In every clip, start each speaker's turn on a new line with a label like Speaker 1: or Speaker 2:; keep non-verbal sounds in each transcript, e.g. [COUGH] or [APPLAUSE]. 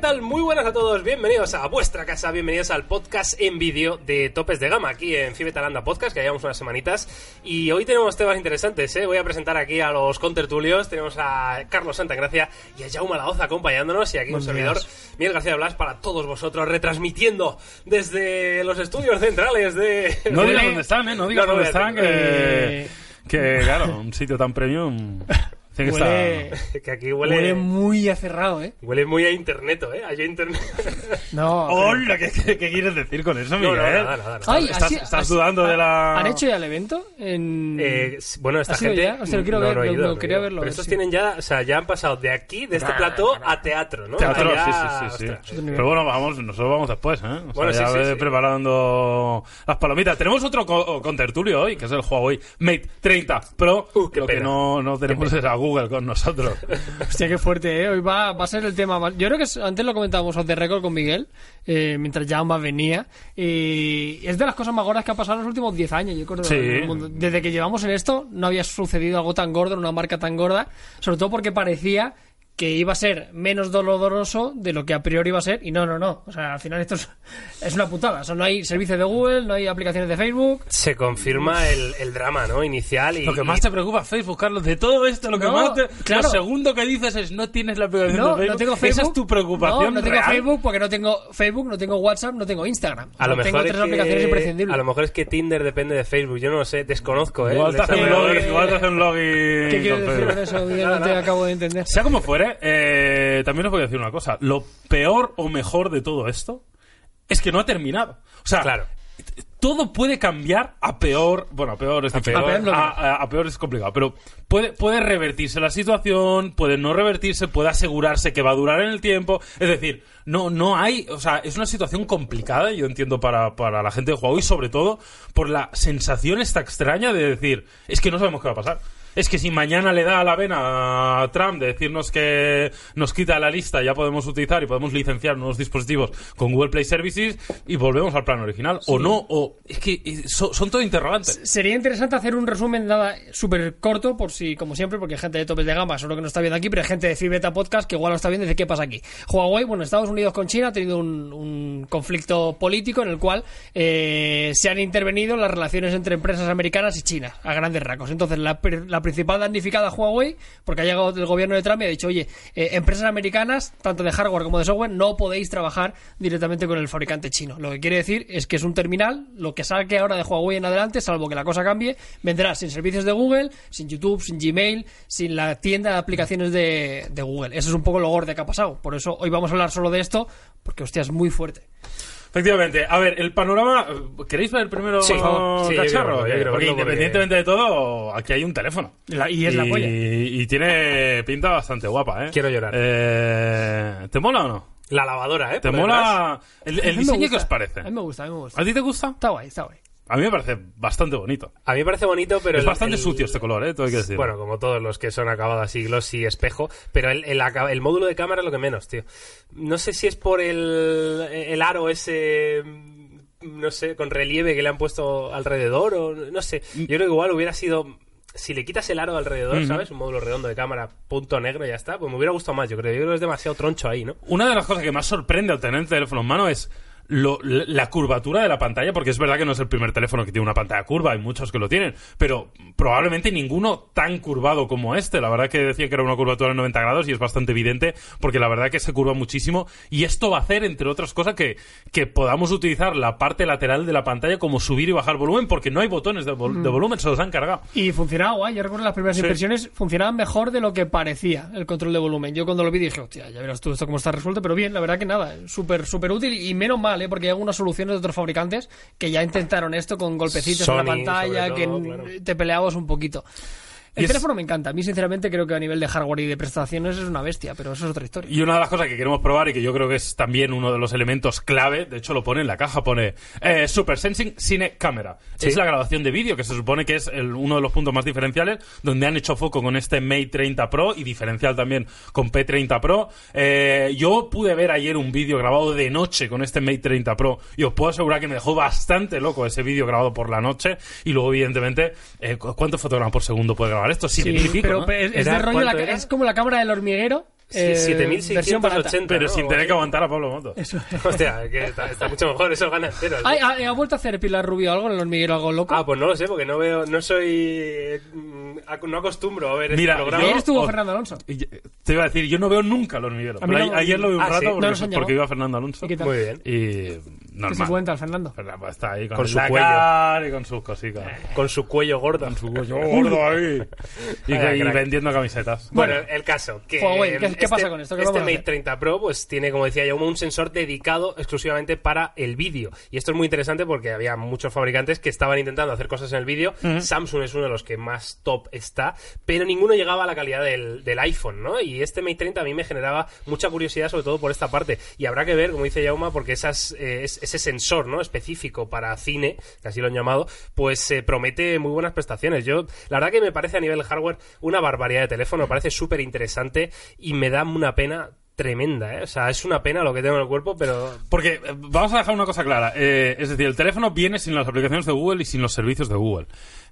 Speaker 1: tal? Muy buenas a todos, bienvenidos a vuestra casa, bienvenidos al podcast en vídeo de Topes de Gama, aquí en Fibetalanda Podcast, que ya llevamos unas semanitas, y hoy tenemos temas interesantes, ¿eh? Voy a presentar aquí a los contertulios, tenemos a Carlos Santagracia y a Jaume Laoz acompañándonos, y aquí un
Speaker 2: Buenos
Speaker 1: servidor,
Speaker 2: días.
Speaker 1: Miguel García Blas, para todos vosotros, retransmitiendo desde los estudios centrales de... [LAUGHS]
Speaker 3: No
Speaker 1: de-
Speaker 3: digas dónde están, ¿eh? No digas
Speaker 1: No, no,
Speaker 3: dónde
Speaker 1: voy a-
Speaker 3: están, que, que, claro, un sitio tan premium tiene que
Speaker 2: Huele,
Speaker 3: estar...
Speaker 1: Que aquí
Speaker 2: huele
Speaker 1: huele...
Speaker 2: muy a cerrado, ¿eh?
Speaker 1: Huele muy a internet, ¿eh? Allá internet. [LAUGHS]
Speaker 2: No.
Speaker 3: ¡Hola! ¿Qué, qué, qué quieres decir con eso,
Speaker 1: No, no,
Speaker 3: Miguel?
Speaker 1: nada, nada, nada.
Speaker 2: Ay,
Speaker 3: estás- estás dudando de la-
Speaker 2: ¿Han hecho ya el evento? En...
Speaker 3: Mm.
Speaker 1: Eh, s- bueno, esta
Speaker 2: ¿Has ido
Speaker 1: gente.
Speaker 2: ya? O sea, lo quiero
Speaker 1: no,
Speaker 2: ver,
Speaker 1: no he
Speaker 2: lo-
Speaker 1: ido,
Speaker 2: lo
Speaker 1: no he
Speaker 2: quería
Speaker 1: ido.
Speaker 2: verlo,
Speaker 1: Pero
Speaker 2: a ver
Speaker 1: estos
Speaker 2: si-
Speaker 1: tienen ya, o sea, ya han pasado de aquí, de este plató, a teatro, ¿no?
Speaker 3: Teatro,
Speaker 1: Allá,
Speaker 3: sí, sí, sí,
Speaker 1: Ah, ostras.
Speaker 3: sí. Pero bueno, vamos, nosotros vamos después, ¿eh? O sea,
Speaker 1: Bueno, sí,
Speaker 3: ya
Speaker 1: sí,
Speaker 3: ve
Speaker 1: sí.
Speaker 3: preparando las palomitas. Tenemos otro co contertulio hoy, que es el Huawei Mate 30 Pro.
Speaker 1: Uh, qué
Speaker 3: lo
Speaker 1: pena.
Speaker 3: que no, no tenemos es a Google con nosotros.
Speaker 2: Hostia, qué fuerte, ¿eh? Hoy va, va a ser el tema más... Yo creo que es- antes lo comentábamos off the record con Miguel, eh, mientras Jaume venía. Y es de las cosas más gordas que ha pasado en los últimos 10 años, yo creo.
Speaker 3: Sí.
Speaker 2: en el mundo. Desde que llevamos en esto, no había sucedido algo tan gordo en una marca tan gorda. Sobre todo porque parecía que iba a ser menos doloroso de lo que a priori iba a ser. Y no, no, no. O sea, al final esto es, es una putada. O sea, no hay servicios de Google, no hay aplicaciones de Facebook.
Speaker 1: Se confirma el, el drama, ¿no? Inicial y.
Speaker 3: Mm. Lo que más te preocupa Facebook, Carlos, de todo esto, lo que
Speaker 2: No,
Speaker 3: más te...
Speaker 2: claro.
Speaker 3: Lo segundo que dices es no tienes la aplicación
Speaker 2: No,
Speaker 3: de Facebook.
Speaker 2: no tengo Facebook.
Speaker 3: Esa es tu preocupación
Speaker 2: No, no tengo
Speaker 3: real.
Speaker 2: Facebook porque no tengo Facebook, no tengo WhatsApp, no tengo Instagram.
Speaker 1: A lo
Speaker 2: No tengo
Speaker 1: mejor
Speaker 2: tres
Speaker 1: es que-
Speaker 2: aplicaciones
Speaker 1: A
Speaker 2: imprescindibles.
Speaker 1: lo mejor es que Tinder depende de Facebook, yo no lo sé, desconozco, ¿eh?
Speaker 3: Igual te hace un log,
Speaker 2: eh,
Speaker 3: igual te hace un log y-
Speaker 2: ¿Qué quieres
Speaker 3: con
Speaker 2: decir
Speaker 3: Facebook.
Speaker 2: con eso? Miguel? No te acabo de entender.
Speaker 3: Sea como fuere, eh, también os voy a decir una cosa. Lo peor o mejor de todo esto es que no ha terminado. O sea,
Speaker 1: Claro.
Speaker 3: todo puede cambiar a peor. Bueno, a peor es difícil.
Speaker 2: peor. A peor no.
Speaker 3: A, a- a peor es complicado. Pero puede, puede revertirse la situación, puede no revertirse, puede asegurarse que va a durar en el tiempo. Es decir, no, no hay. O sea, es una situación complicada, yo entiendo, para, para la gente de Huawei, sobre todo por la sensación esta extraña de decir, es que no sabemos qué va a pasar. Es que si mañana le da la vena a Trump de decirnos que nos quita la lista, ya podemos utilizar y podemos licenciar nuevos dispositivos con Google Play Services y volvemos al plan original. O no, o es que eh, so- son todo interrogantes.
Speaker 2: Sería interesante hacer un resumen nada súper corto, por si, como siempre, porque hay gente de topes de gama, solo que no está viendo aquí, pero hay gente de Fibeta Podcast que igual lo está viendo desde qué pasa aquí. Huawei, bueno, Estados Unidos con China ha tenido un, un conflicto político en el cual eh, se han intervenido las relaciones entre empresas americanas y chinas, a grandes rasgos. Entonces, la, pr- la principal damnificada Huawei, porque ha llegado el gobierno de Trump y ha dicho, oye, eh, empresas americanas, tanto de hardware como de software, no podéis trabajar directamente con el fabricante chino. Lo que quiere decir es que es un terminal, lo que saque ahora de Huawei en adelante, salvo que la cosa cambie, vendrá sin servicios de Google, sin YouTube, sin Gmail, sin la tienda de aplicaciones de, de Google. Eso es un poco lo gordo que ha pasado. Por eso hoy vamos a hablar solo de esto, porque hostia, es muy fuerte.
Speaker 3: Efectivamente. A ver, el panorama. eh, ¿Queréis ver primero
Speaker 1: Sí, por favor. Sí, yo
Speaker 3: cacharro?
Speaker 1: quiero verlo, yo quiero
Speaker 3: porque
Speaker 1: verlo, porque-
Speaker 3: independientemente de todo, aquí hay un teléfono.
Speaker 2: La- y es la polla.
Speaker 3: y tiene pinta bastante guapa, ¿eh?
Speaker 1: Quiero llorar.
Speaker 3: Eh, ¿Te mola o no?
Speaker 1: La lavadora, ¿eh?
Speaker 3: ¿Te
Speaker 1: Por detrás.
Speaker 3: mola el, el
Speaker 2: A mí me
Speaker 3: diseño que
Speaker 2: gusta.
Speaker 3: os parece?
Speaker 2: A mí me gusta, a mí me gusta.
Speaker 3: ¿A ti te gusta?
Speaker 2: Está guay, está guay.
Speaker 3: A mí me parece bastante bonito.
Speaker 1: A mí me parece bonito, pero.
Speaker 3: es
Speaker 1: el-
Speaker 3: bastante
Speaker 1: el-
Speaker 3: sucio este color, ¿eh? Todo hay que decir.
Speaker 1: Bueno, como todos los que son acabados así, glossy, espejo. Pero el, el, aca- el módulo de cámara es lo que menos, tío. No sé si es por el, el aro ese, mm, no sé, con relieve que le han puesto alrededor o no sé.
Speaker 2: Mm.
Speaker 1: Yo creo que igual hubiera sido... Si le quitas el aro alrededor, ¿sabes? Un módulo redondo de cámara, punto negro, ya está. Pues me hubiera gustado más, yo creo. Yo creo que es demasiado troncho ahí, ¿no?
Speaker 3: Una de las cosas que más sorprende al tener el teléfono en mano es lo- la la curvatura de la pantalla, porque es verdad que no es el primer teléfono que tiene una pantalla curva, hay muchos que lo tienen, pero probablemente ninguno tan curvado como este. La verdad que decía que era una curvatura de 90 grados y es bastante evidente, porque la verdad que se curva muchísimo y esto va a hacer, entre otras cosas, que, que podamos utilizar la parte lateral de la pantalla como subir y bajar volumen, porque no hay botones de, vol- de volumen, se los han cargado.
Speaker 2: Y funcionaba guay. Yo recuerdo las primeras
Speaker 3: Sí.
Speaker 2: impresiones funcionaban mejor de lo que parecía el control de volumen. Yo cuando lo vi dije, hostia, ya verás tú esto cómo está resuelto, pero bien, la verdad que nada, súper, súper útil y menos mal, ¿eh? porque hay algunas soluciones de otros fabricantes que ya intentaron esto con golpecitos en la
Speaker 1: Sony,
Speaker 2: pantalla,
Speaker 1: sobre
Speaker 2: que
Speaker 1: todo,
Speaker 2: n-
Speaker 1: claro.
Speaker 2: te peleabas un poquito. El
Speaker 3: Y es-
Speaker 2: teléfono me encanta. A mí, sinceramente, creo que a nivel de hardware y de prestaciones es una bestia, pero eso es otra historia.
Speaker 3: Y una de las cosas que queremos probar y que yo creo que es también uno de los elementos clave, de hecho lo pone en la caja, pone eh, Super Sensing Cine Camera. Es la grabación de vídeo, que se supone que es el- uno de los puntos más diferenciales, donde han hecho foco con este Mate 30 Pro y diferencial también con P30 Pro. Eh, yo pude ver ayer un vídeo grabado de noche con este Mate 30 Pro y os puedo asegurar que me dejó bastante loco ese vídeo grabado por la noche y luego evidentemente, eh, ¿cu- ¿cuántos fotogramas por segundo puede grabar esto? Siete
Speaker 2: Sí,
Speaker 3: mil y pico,
Speaker 2: pero
Speaker 3: ¿no?
Speaker 2: pe- es, es
Speaker 1: Era-
Speaker 2: de rollo la
Speaker 1: ¿cuánto
Speaker 2: ca-
Speaker 1: era?
Speaker 2: es como la cámara del hormiguero eh,
Speaker 1: Sí, 7.680.
Speaker 2: barata.
Speaker 3: Pero
Speaker 1: ¿no?
Speaker 3: sin
Speaker 1: O
Speaker 3: tener
Speaker 1: así.
Speaker 2: eh.
Speaker 3: que aguantar a Pablo Moto.
Speaker 1: [LAUGHS] Hostia, que está, está mucho mejor, eso gana entero.
Speaker 2: Ay, ah, eh, ¿Ha, ha vuelto a hacer Pilar Rubio algo en el hormiguero algo loco?
Speaker 1: Ah, pues no lo sé, porque no veo, no soy, mm, ac- no acostumbro a ver
Speaker 3: Mira,
Speaker 1: este programa.
Speaker 2: Ayer
Speaker 3: yo-
Speaker 2: estuvo
Speaker 3: o-
Speaker 2: Fernando Alonso.
Speaker 3: Y yo- Te iba a decir, yo no veo nunca los hormiguero.
Speaker 2: A mí
Speaker 3: Pero
Speaker 2: no-
Speaker 3: a- ayer lo vi un
Speaker 1: Ah,
Speaker 3: rato
Speaker 1: sí.
Speaker 2: No
Speaker 3: porque,
Speaker 2: nos han
Speaker 3: porque
Speaker 2: llamado.
Speaker 3: iba Fernando Alonso.
Speaker 2: ¿Y qué tal?
Speaker 1: Muy bien.
Speaker 3: Y
Speaker 2: Que se
Speaker 3: normal.
Speaker 2: cuenta el Fernando.
Speaker 3: Fernando, pues, está ahí con,
Speaker 1: Con
Speaker 3: el
Speaker 1: su
Speaker 3: Dakar y con sus cositas.
Speaker 1: Con su cuello gordo.
Speaker 3: Con su cuello gordo ahí. [LAUGHS] y,
Speaker 1: Vaya
Speaker 3: y
Speaker 1: crack.
Speaker 3: vendiendo camisetas.
Speaker 1: Bueno, el caso. Que
Speaker 2: Huawei, ¿qué- qué
Speaker 1: este-
Speaker 2: pasa con esto? ¿Qué
Speaker 1: este
Speaker 2: vamos a
Speaker 1: Mate
Speaker 2: hacer?
Speaker 1: 30 Pro pues tiene, como decía yo, un sensor dedicado exclusivamente para el vídeo. Y esto es muy interesante porque había muchos fabricantes que estaban intentando hacer cosas en el vídeo. Samsung es uno de los que más top está, pero ninguno llegaba a la calidad del, del iPhone, ¿no? Y este Mate 30 a mí me generaba mucha curiosidad, sobre todo por esta parte. Y habrá que ver, como dice Yauma, porque esas, eh, es- ese sensor, ¿no? Específico para cine, que así lo han llamado, pues eh, promete muy buenas prestaciones. Yo, la verdad que me parece a nivel hardware una barbaridad de teléfono, me parece súper interesante y me da una pena tremenda, ¿eh? O sea, es una pena lo que tengo en el cuerpo, pero...
Speaker 3: Porque eh, vamos a dejar una cosa clara. eh, es decir, el teléfono viene sin las aplicaciones de Google y sin los servicios de Google.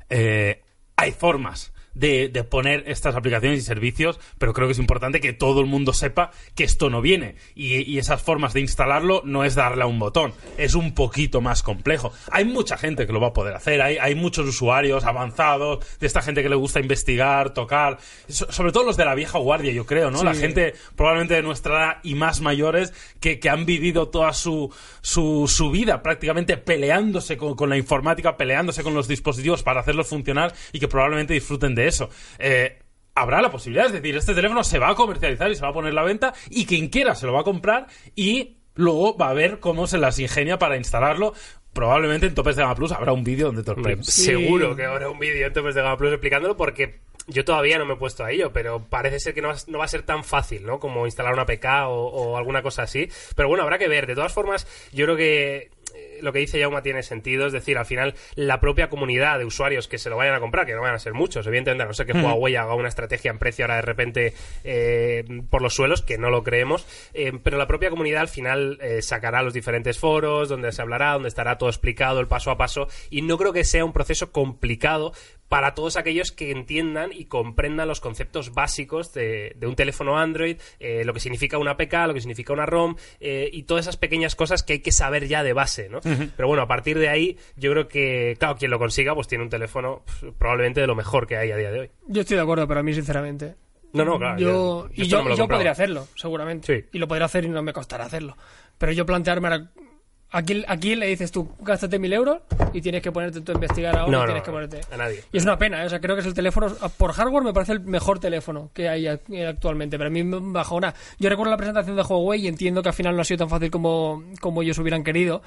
Speaker 3: Eh, hay formas de, de poner estas aplicaciones y servicios, pero creo que es importante que todo el mundo sepa que esto no viene. Y, y esas formas de instalarlo no es darle a un botón, es un poquito más complejo. Hay mucha gente que lo va a poder hacer, hay, hay muchos usuarios avanzados, de esta gente que le gusta investigar, tocar, so- sobre todo los de la vieja guardia, yo creo, ¿no? La
Speaker 2: Sí.
Speaker 3: gente probablemente de nuestra edad y más mayores que, que han vivido toda su, su, su vida prácticamente peleándose con, con la informática, peleándose con los dispositivos para hacerlos funcionar y que probablemente disfruten de eso. Eh, Habrá la posibilidad, es decir, este teléfono se va a comercializar y se va a poner a la venta y quien quiera se lo va a comprar y luego va a ver cómo se las ingenia para instalarlo. Probablemente en Topes de Gama Plus habrá un vídeo donde te lo
Speaker 1: Hombre,
Speaker 3: explico.
Speaker 1: Seguro que habrá un vídeo en Topes de Gama Plus explicándolo porque yo todavía no me he puesto a ello, pero parece ser que no va, no va a ser tan fácil, ¿no? Como instalar una APK o, o alguna cosa así. Pero bueno, habrá que ver. De todas formas, yo creo que eh, lo que dice Yauma tiene sentido, es decir, al final la propia comunidad de usuarios que se lo vayan a comprar, que no van a ser muchos, evidentemente, a no sé que Huawei haga una estrategia en precio ahora de repente eh, por los suelos, que no lo creemos, eh, pero la propia comunidad al final eh, sacará los diferentes foros donde se hablará, donde estará todo explicado, el paso a paso, y no creo que sea un proceso complicado para todos aquellos que entiendan y comprendan los conceptos básicos de, de un teléfono Android, eh, lo que significa una APK, lo que significa una ROM eh, y todas esas pequeñas cosas que hay que saber ya de base, ¿no? Pero bueno, a partir de ahí yo creo que, claro, quien lo consiga pues tiene un teléfono pf, probablemente de lo mejor que hay a día de hoy.
Speaker 2: Yo estoy de acuerdo, pero a mí, sinceramente.
Speaker 1: No, no, claro.
Speaker 2: Yo,
Speaker 1: yo- yo
Speaker 2: y
Speaker 1: esto
Speaker 2: yo,
Speaker 1: no me lo
Speaker 2: yo
Speaker 1: compraba.
Speaker 2: podría hacerlo, seguramente.
Speaker 1: Sí.
Speaker 2: Y lo podría hacer y no me costará hacerlo. Pero yo plantearme ahora. ¿A quién, a quién le dices tú, gástate mil euros y tienes que ponerte tú a investigar ahora?
Speaker 1: No,
Speaker 2: y
Speaker 1: no,
Speaker 2: tienes que
Speaker 1: no,
Speaker 2: ponerte...
Speaker 1: a nadie.
Speaker 2: Y es una pena, ¿eh? o sea, creo que es el teléfono, por hardware me parece el mejor teléfono que hay ac- eh, actualmente, pero a mí me bajona. Yo recuerdo la presentación de Huawei y entiendo que al final no ha sido tan fácil como, como ellos hubieran querido.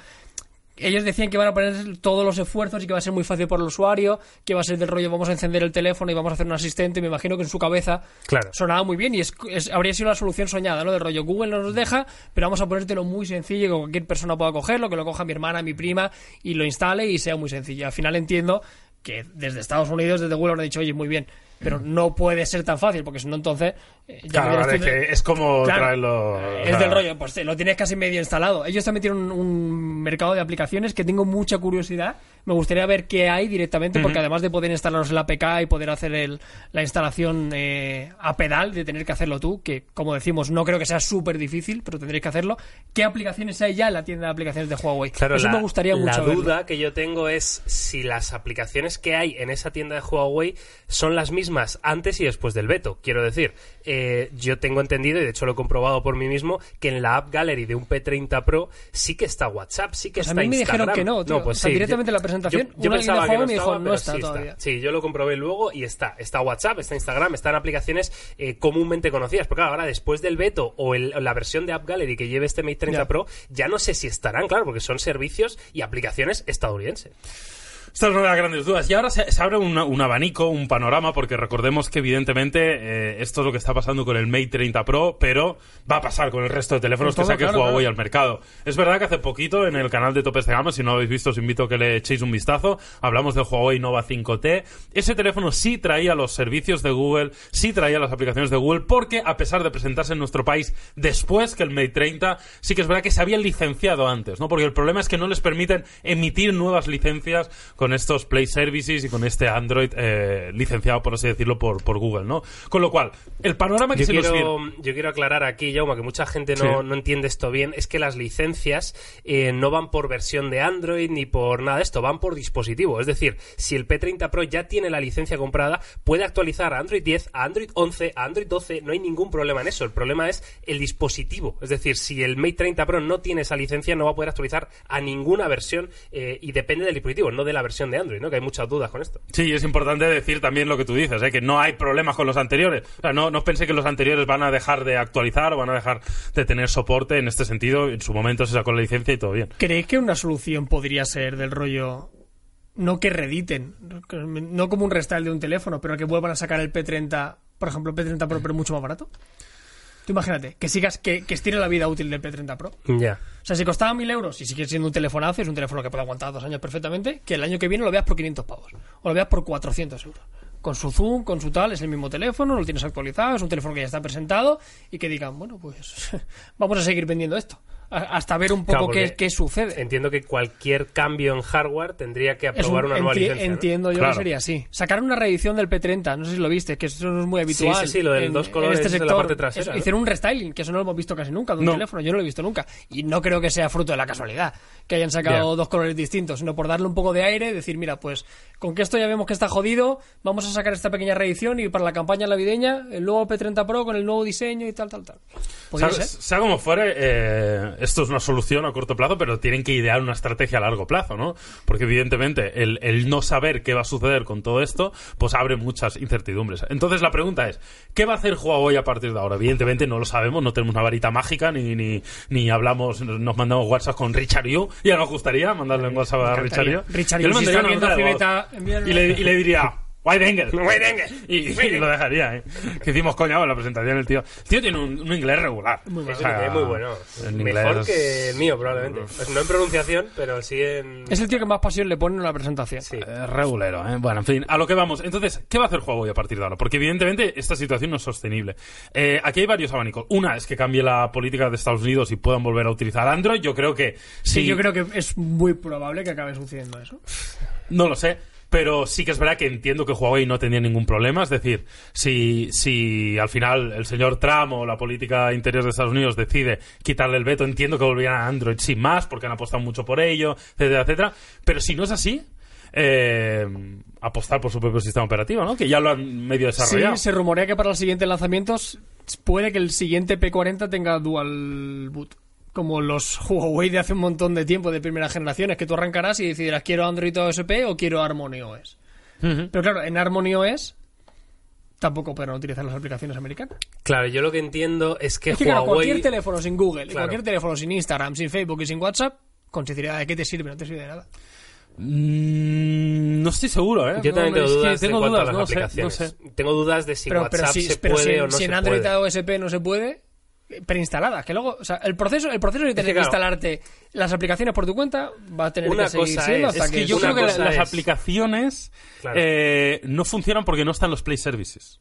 Speaker 2: Ellos decían que van a poner todos los esfuerzos y que va a ser muy fácil para el usuario, que va a ser del rollo, vamos a encender el teléfono y vamos a hacer un asistente. Me imagino que en su cabeza
Speaker 1: Claro.
Speaker 2: sonaba muy bien y es, es- habría sido la solución soñada, ¿no? De rollo, Google no nos deja, pero vamos a ponértelo muy sencillo, que cualquier persona pueda cogerlo, que lo coja mi hermana, mi prima y lo instale y sea muy sencillo. Al final entiendo que desde Estados Unidos, desde Google, han dicho, oye, muy bien, pero no puede ser tan fácil, porque si no, entonces... eh, ya
Speaker 3: Mm. Claro,
Speaker 2: verás
Speaker 3: vale,
Speaker 2: tú-
Speaker 3: que es como
Speaker 2: Claro.
Speaker 3: traerlo.
Speaker 2: Eh,
Speaker 3: o
Speaker 2: Es
Speaker 3: sea,
Speaker 1: Ah.
Speaker 2: del rollo, pues te lo tienes casi medio instalado. Ellos también tienen un, un mercado de aplicaciones que tengo mucha curiosidad. Me gustaría ver qué hay directamente, porque además de poder instalarlos en la APK y poder hacer el- la instalación eh, a pedal, de tener que hacerlo tú, que como decimos, no creo que sea súper difícil, pero tendréis que hacerlo. ¿Qué aplicaciones hay ya en la tienda de aplicaciones de Huawei?
Speaker 1: Claro,
Speaker 2: Eso
Speaker 1: la,
Speaker 2: me gustaría
Speaker 1: la
Speaker 2: mucho. verlo.
Speaker 1: duda que yo tengo es si las aplicaciones que hay en esa tienda de Huawei son las mismas antes y después del veto. Quiero decir, eh, yo tengo entendido, y de hecho lo he comprobado por mí mismo, que en la App Gallery de un P30 Pro sí que está WhatsApp, sí que
Speaker 2: Pues a
Speaker 1: está
Speaker 2: mí me dijeron
Speaker 1: Instagram. pues
Speaker 2: que no, tío. O sea, directamente en la presentación,
Speaker 1: yo, yo
Speaker 2: una
Speaker 1: pensaba
Speaker 2: línea
Speaker 1: que
Speaker 2: Huawei
Speaker 1: no
Speaker 2: me dijo,
Speaker 1: estaba,
Speaker 2: "No
Speaker 1: pero
Speaker 2: está
Speaker 1: sí
Speaker 2: todavía".
Speaker 1: Sí, yo lo comprobé luego y está. Está WhatsApp, está Instagram, están aplicaciones eh, comúnmente conocidas. Porque claro, ahora después del veto o, el- o la versión de App Gallery que lleve este Mate 30
Speaker 2: Ya.
Speaker 1: Pro, ya no sé si estarán, claro, porque son servicios y aplicaciones estadounidenses.
Speaker 3: Esta es una de las grandes dudas. Y ahora se, se abre una- un abanico, un panorama, porque recordemos que evidentemente eh, esto es lo que está pasando con el Mate 30 Pro, pero va a pasar con el resto de teléfonos
Speaker 2: Con todo,
Speaker 3: que saque
Speaker 2: claro,
Speaker 3: Huawei
Speaker 2: claro.
Speaker 3: al mercado. Es verdad que hace poquito en el canal de Topes de Gama, si no lo habéis visto, os invito a que le echéis un vistazo, hablamos del Huawei Nova 5T. Ese teléfono sí traía los servicios de Google, sí traía las aplicaciones de Google, porque a pesar de presentarse en nuestro país después que el Mate 30, sí que es verdad que se habían licenciado antes, ¿no? Porque el problema es que no les permiten emitir nuevas licencias con con estos Play Services y con este Android eh, licenciado, por así decirlo, por, por Google, ¿no? Con lo cual, el [LAUGHS] panorama que
Speaker 1: Yo
Speaker 3: se nos viene...
Speaker 1: quiero, yo quiero aclarar aquí, Jaume, que mucha gente no,
Speaker 3: Sí.
Speaker 1: no entiende esto bien. Es que las licencias eh, no van por versión de Android ni por nada de esto, van por dispositivo. Es decir, si el P30 Pro ya tiene la licencia comprada, puede actualizar a Android 10, a Android 11, a Android 12. No hay ningún problema en eso. El problema es el dispositivo. Es decir, si el Mate 30 Pro no tiene esa licencia, no va a poder actualizar a ninguna versión eh, y depende del dispositivo, no de la versión de Android, ¿no? Que hay muchas dudas con esto.
Speaker 3: Sí, es importante decir también lo que tú dices, ¿eh? que no hay problemas con los anteriores. O sea, no, no pensé que los anteriores van a dejar de actualizar o van a dejar de tener soporte en este sentido. En su momento se sacó la licencia y todo bien.
Speaker 2: ¿Creéis que una solución podría ser del rollo no que rediten, no como un restyle de un teléfono, pero que vuelvan a sacar el P30, por ejemplo, P30 Pro, pero mucho más barato? Tú imagínate, que sigas, que, que estire la vida útil del P30 Pro.
Speaker 1: Ya.
Speaker 2: O sea, si costaba 1000 euros y sigue siendo un telefonazo, es un teléfono que puede aguantar dos años perfectamente, que el año que viene lo veas por 500 pavos o lo veas por 400 euros. Con su Zoom, con su tal, es el mismo teléfono, lo tienes actualizado, es un teléfono que ya está presentado y que digan, bueno, pues [LAUGHS] vamos a seguir vendiendo esto. a- Hasta ver un
Speaker 1: Claro,
Speaker 2: poco qué,
Speaker 1: porque
Speaker 2: qué sucede.
Speaker 1: Entiendo que cualquier cambio en hardware tendría que
Speaker 2: Es un-
Speaker 1: aprobar una nueva
Speaker 2: enti-
Speaker 1: licencia. ¿no?
Speaker 2: Entiendo yo
Speaker 3: Claro.
Speaker 2: que sería así. Sacaron una reedición del P30, no sé si lo viste, que eso no es muy habitual.
Speaker 1: sí, sí, lo del
Speaker 2: en-
Speaker 1: dos
Speaker 2: en
Speaker 1: colores
Speaker 2: este
Speaker 1: de la
Speaker 2: sector.
Speaker 1: parte trasera,
Speaker 2: Eso,
Speaker 1: ¿no?
Speaker 2: Hicieron un restyling, que eso no lo hemos visto casi nunca de un
Speaker 3: No.
Speaker 2: teléfono, yo no lo he visto nunca. Y no creo que sea fruto de la casualidad que hayan sacado
Speaker 3: Bien.
Speaker 2: dos colores distintos, sino por darle un poco de aire, decir, mira, pues con que esto ya vemos que está jodido, vamos a sacar esta pequeña reedición y para la campaña navideña, el nuevo P30 Pro con el nuevo diseño y tal, tal, tal. Podría
Speaker 3: Sea,
Speaker 2: ser.
Speaker 3: sea como fuere, eh, esto es una solución a corto plazo, pero tienen que idear una estrategia a largo plazo, ¿no? Porque evidentemente el, el no saber qué va a suceder con todo esto, pues abre muchas incertidumbres. Entonces la pregunta es, ¿qué va a hacer Huawei a partir de ahora? Evidentemente no lo sabemos, no tenemos una varita mágica, ni, ni, ni hablamos, nos mandamos WhatsApp con Richard Yu. Ya nos gustaría mandarle un WhatsApp a
Speaker 2: Me
Speaker 3: Richard Yu.
Speaker 2: encantaría. Richard Yu,
Speaker 3: Yo le
Speaker 2: si
Speaker 3: mandaría
Speaker 2: estás
Speaker 3: una nota
Speaker 2: viendo
Speaker 3: de voz
Speaker 2: Fibeta, envíale
Speaker 3: y le-
Speaker 2: una-
Speaker 3: y le diría... White Engel.
Speaker 1: [LAUGHS] White Engel.
Speaker 3: Y, y
Speaker 1: White Engel.
Speaker 3: [LAUGHS] lo dejaría, ¿eh? Que hicimos coña con la presentación del tío. El tío tiene un, un inglés regular.
Speaker 2: Muy bueno.
Speaker 1: Es un inglés muy bueno.
Speaker 3: Ah. En inglés
Speaker 1: Mejor
Speaker 3: es-
Speaker 1: que el mío, probablemente. Pues no en pronunciación, pero sí en.
Speaker 2: Es el tío que más pasión le pone en la presentación.
Speaker 1: Sí.
Speaker 3: Eh, regulero, ¿eh? Bueno, en fin, a lo que vamos. Entonces, ¿qué va a hacer Huawei a partir de ahora? Porque evidentemente esta situación no es sostenible. Eh, aquí hay varios abanicos. Una es que cambie la política de Estados Unidos y puedan volver a utilizar Android. Yo creo que sí.
Speaker 2: Sí, yo creo que es muy probable que acabe sucediendo eso.
Speaker 3: No lo sé. Pero sí que es verdad que entiendo que Huawei no tenía ningún problema. Es decir, si, si al final el señor Trump o la política interior de Estados Unidos decide quitarle el veto, entiendo que volvieran a Android sin más, porque han apostado mucho por ello, etcétera, etcétera. Pero si no es así, eh, apostar por su propio sistema operativo, ¿no? Que ya lo han medio
Speaker 2: Sí,
Speaker 3: desarrollado.
Speaker 2: se rumorea que para los siguientes lanzamientos puede que el siguiente P40 tenga dual boot. Como los [LAUGHS] Huawei de hace un montón de tiempo, de primeras generaciones, que tú arrancarás y decidirás, ¿quiero Android OSP o quiero Harmony OS?
Speaker 3: Ujú.
Speaker 2: Pero claro, en Harmony OS tampoco podrán utilizar las aplicaciones americanas.
Speaker 1: Claro, yo lo que entiendo es que,
Speaker 2: Es que claro,
Speaker 1: Huawei.
Speaker 2: cualquier teléfono sin Google, y
Speaker 1: Claro.
Speaker 2: cualquier teléfono sin Instagram, sin Facebook y sin WhatsApp, con sinceridad, ¿de qué te sirve? No te sirve de nada.
Speaker 3: Mm, no estoy seguro, ¿eh?
Speaker 1: Yo
Speaker 3: No,
Speaker 1: también
Speaker 3: es
Speaker 1: tengo
Speaker 3: que
Speaker 1: dudas
Speaker 3: tengo
Speaker 1: en cuanto
Speaker 3: dudas,
Speaker 1: a las
Speaker 3: no sé, no
Speaker 1: aplicaciones.
Speaker 3: sé.
Speaker 1: Tengo dudas de si
Speaker 2: pero,
Speaker 1: WhatsApp
Speaker 2: pero si,
Speaker 1: se
Speaker 2: pero
Speaker 1: puede
Speaker 2: si en-
Speaker 1: o no
Speaker 2: si en
Speaker 1: se
Speaker 2: Android
Speaker 1: puede.
Speaker 2: OSP no se puede, eh, preinstaladas, que luego, o sea, el proceso, el proceso de tener
Speaker 1: claro.
Speaker 2: que instalarte las aplicaciones por tu cuenta va a tener
Speaker 1: Una
Speaker 2: que seguir
Speaker 1: cosa
Speaker 2: siendo
Speaker 1: es-
Speaker 2: hasta
Speaker 3: Es que
Speaker 2: que
Speaker 3: yo
Speaker 1: una
Speaker 3: creo que la-
Speaker 1: cosa
Speaker 3: las
Speaker 1: es-
Speaker 3: aplicaciones
Speaker 1: Claro.
Speaker 3: eh, no funcionan porque no están los Play Services.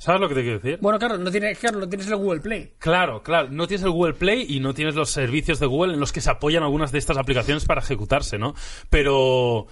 Speaker 3: ¿Sabes lo que te quiero decir?
Speaker 2: Bueno, claro, no tienes, claro, no tienes el Google Play.
Speaker 3: Claro, claro. No tienes el Google Play y no tienes los servicios de Google en los que se apoyan algunas de estas aplicaciones para ejecutarse, ¿no? Pero.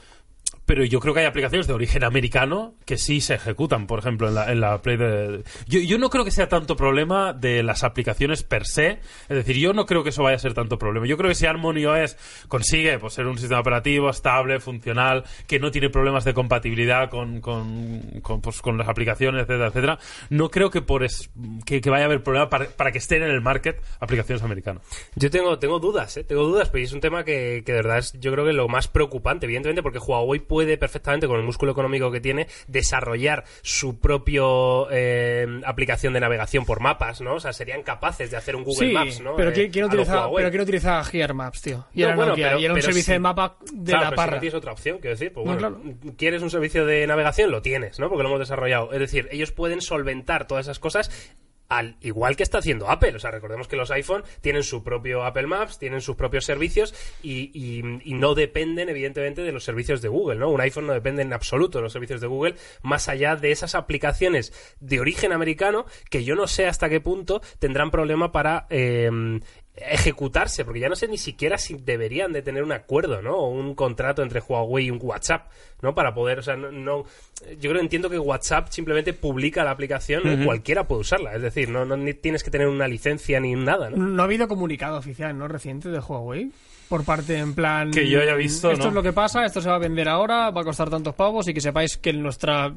Speaker 3: Pero yo creo que hay aplicaciones de origen americano que sí se ejecutan, por ejemplo, en la, en la Play de... Yo, yo no creo que sea tanto problema de las aplicaciones per se. Es decir, yo no creo que eso vaya a ser tanto problema. Yo creo que si Harmony OS consigue pues, ser un sistema operativo estable, funcional, que no tiene problemas de compatibilidad con, con, con, pues, con las aplicaciones, etcétera, etcétera, no creo que, por es- que, que vaya a haber problema para, para que estén en el market aplicaciones americanas.
Speaker 1: Yo tengo, tengo dudas, ¿eh? tengo dudas, pero es un tema que, que de verdad es, yo creo que lo más preocupante, evidentemente, porque Huawei puede perfectamente, con el músculo económico que tiene, desarrollar su propio eh, aplicación de navegación por mapas, ¿no? O sea, serían capaces de hacer un Google
Speaker 2: sí,
Speaker 1: Maps, ¿no?
Speaker 2: pero
Speaker 1: Eh,
Speaker 2: quiero, quiero
Speaker 1: a lo
Speaker 2: utilizar,
Speaker 1: Huawei.
Speaker 2: pero quiero utilizar Gear Maps, tío. Y
Speaker 1: No,
Speaker 2: era,
Speaker 1: bueno,
Speaker 2: Nokia,
Speaker 1: pero-
Speaker 2: y era un
Speaker 1: pero
Speaker 2: servicio
Speaker 1: sí.
Speaker 2: de mapa de
Speaker 1: Claro, pero
Speaker 2: la
Speaker 1: si
Speaker 2: parra.
Speaker 1: no tienes otra opción, quiero decir, pues
Speaker 2: No,
Speaker 1: bueno, quieres un servicio de navegación, lo tienes, ¿no? Porque lo hemos desarrollado. Es decir, ellos pueden solventar todas esas cosas al igual que está haciendo Apple. O sea, recordemos que los iPhone tienen su propio Apple Maps, tienen sus propios servicios y, y- y no dependen, evidentemente, de los servicios de Google, ¿no? Un iPhone no depende en absoluto de los servicios de Google, más allá de esas aplicaciones de origen americano que yo no sé hasta qué punto tendrán problema para eh, ejecutarse, porque ya no sé ni siquiera si deberían de tener un acuerdo, ¿no? O un contrato entre Huawei y un WhatsApp, ¿no? Para poder, o sea, no, no- yo creo entiendo que WhatsApp simplemente publica la aplicación y cualquiera puede usarla, es decir, no, no ni tienes que tener una licencia ni nada, ¿no?
Speaker 2: No ha habido comunicado oficial, ¿no? Reciente de Huawei. Por parte, en plan.
Speaker 3: Que yo haya visto,
Speaker 2: Esto
Speaker 3: ¿no?
Speaker 2: es lo que pasa, esto se va a vender ahora, va a costar tantos pavos y que sepáis que nuestra.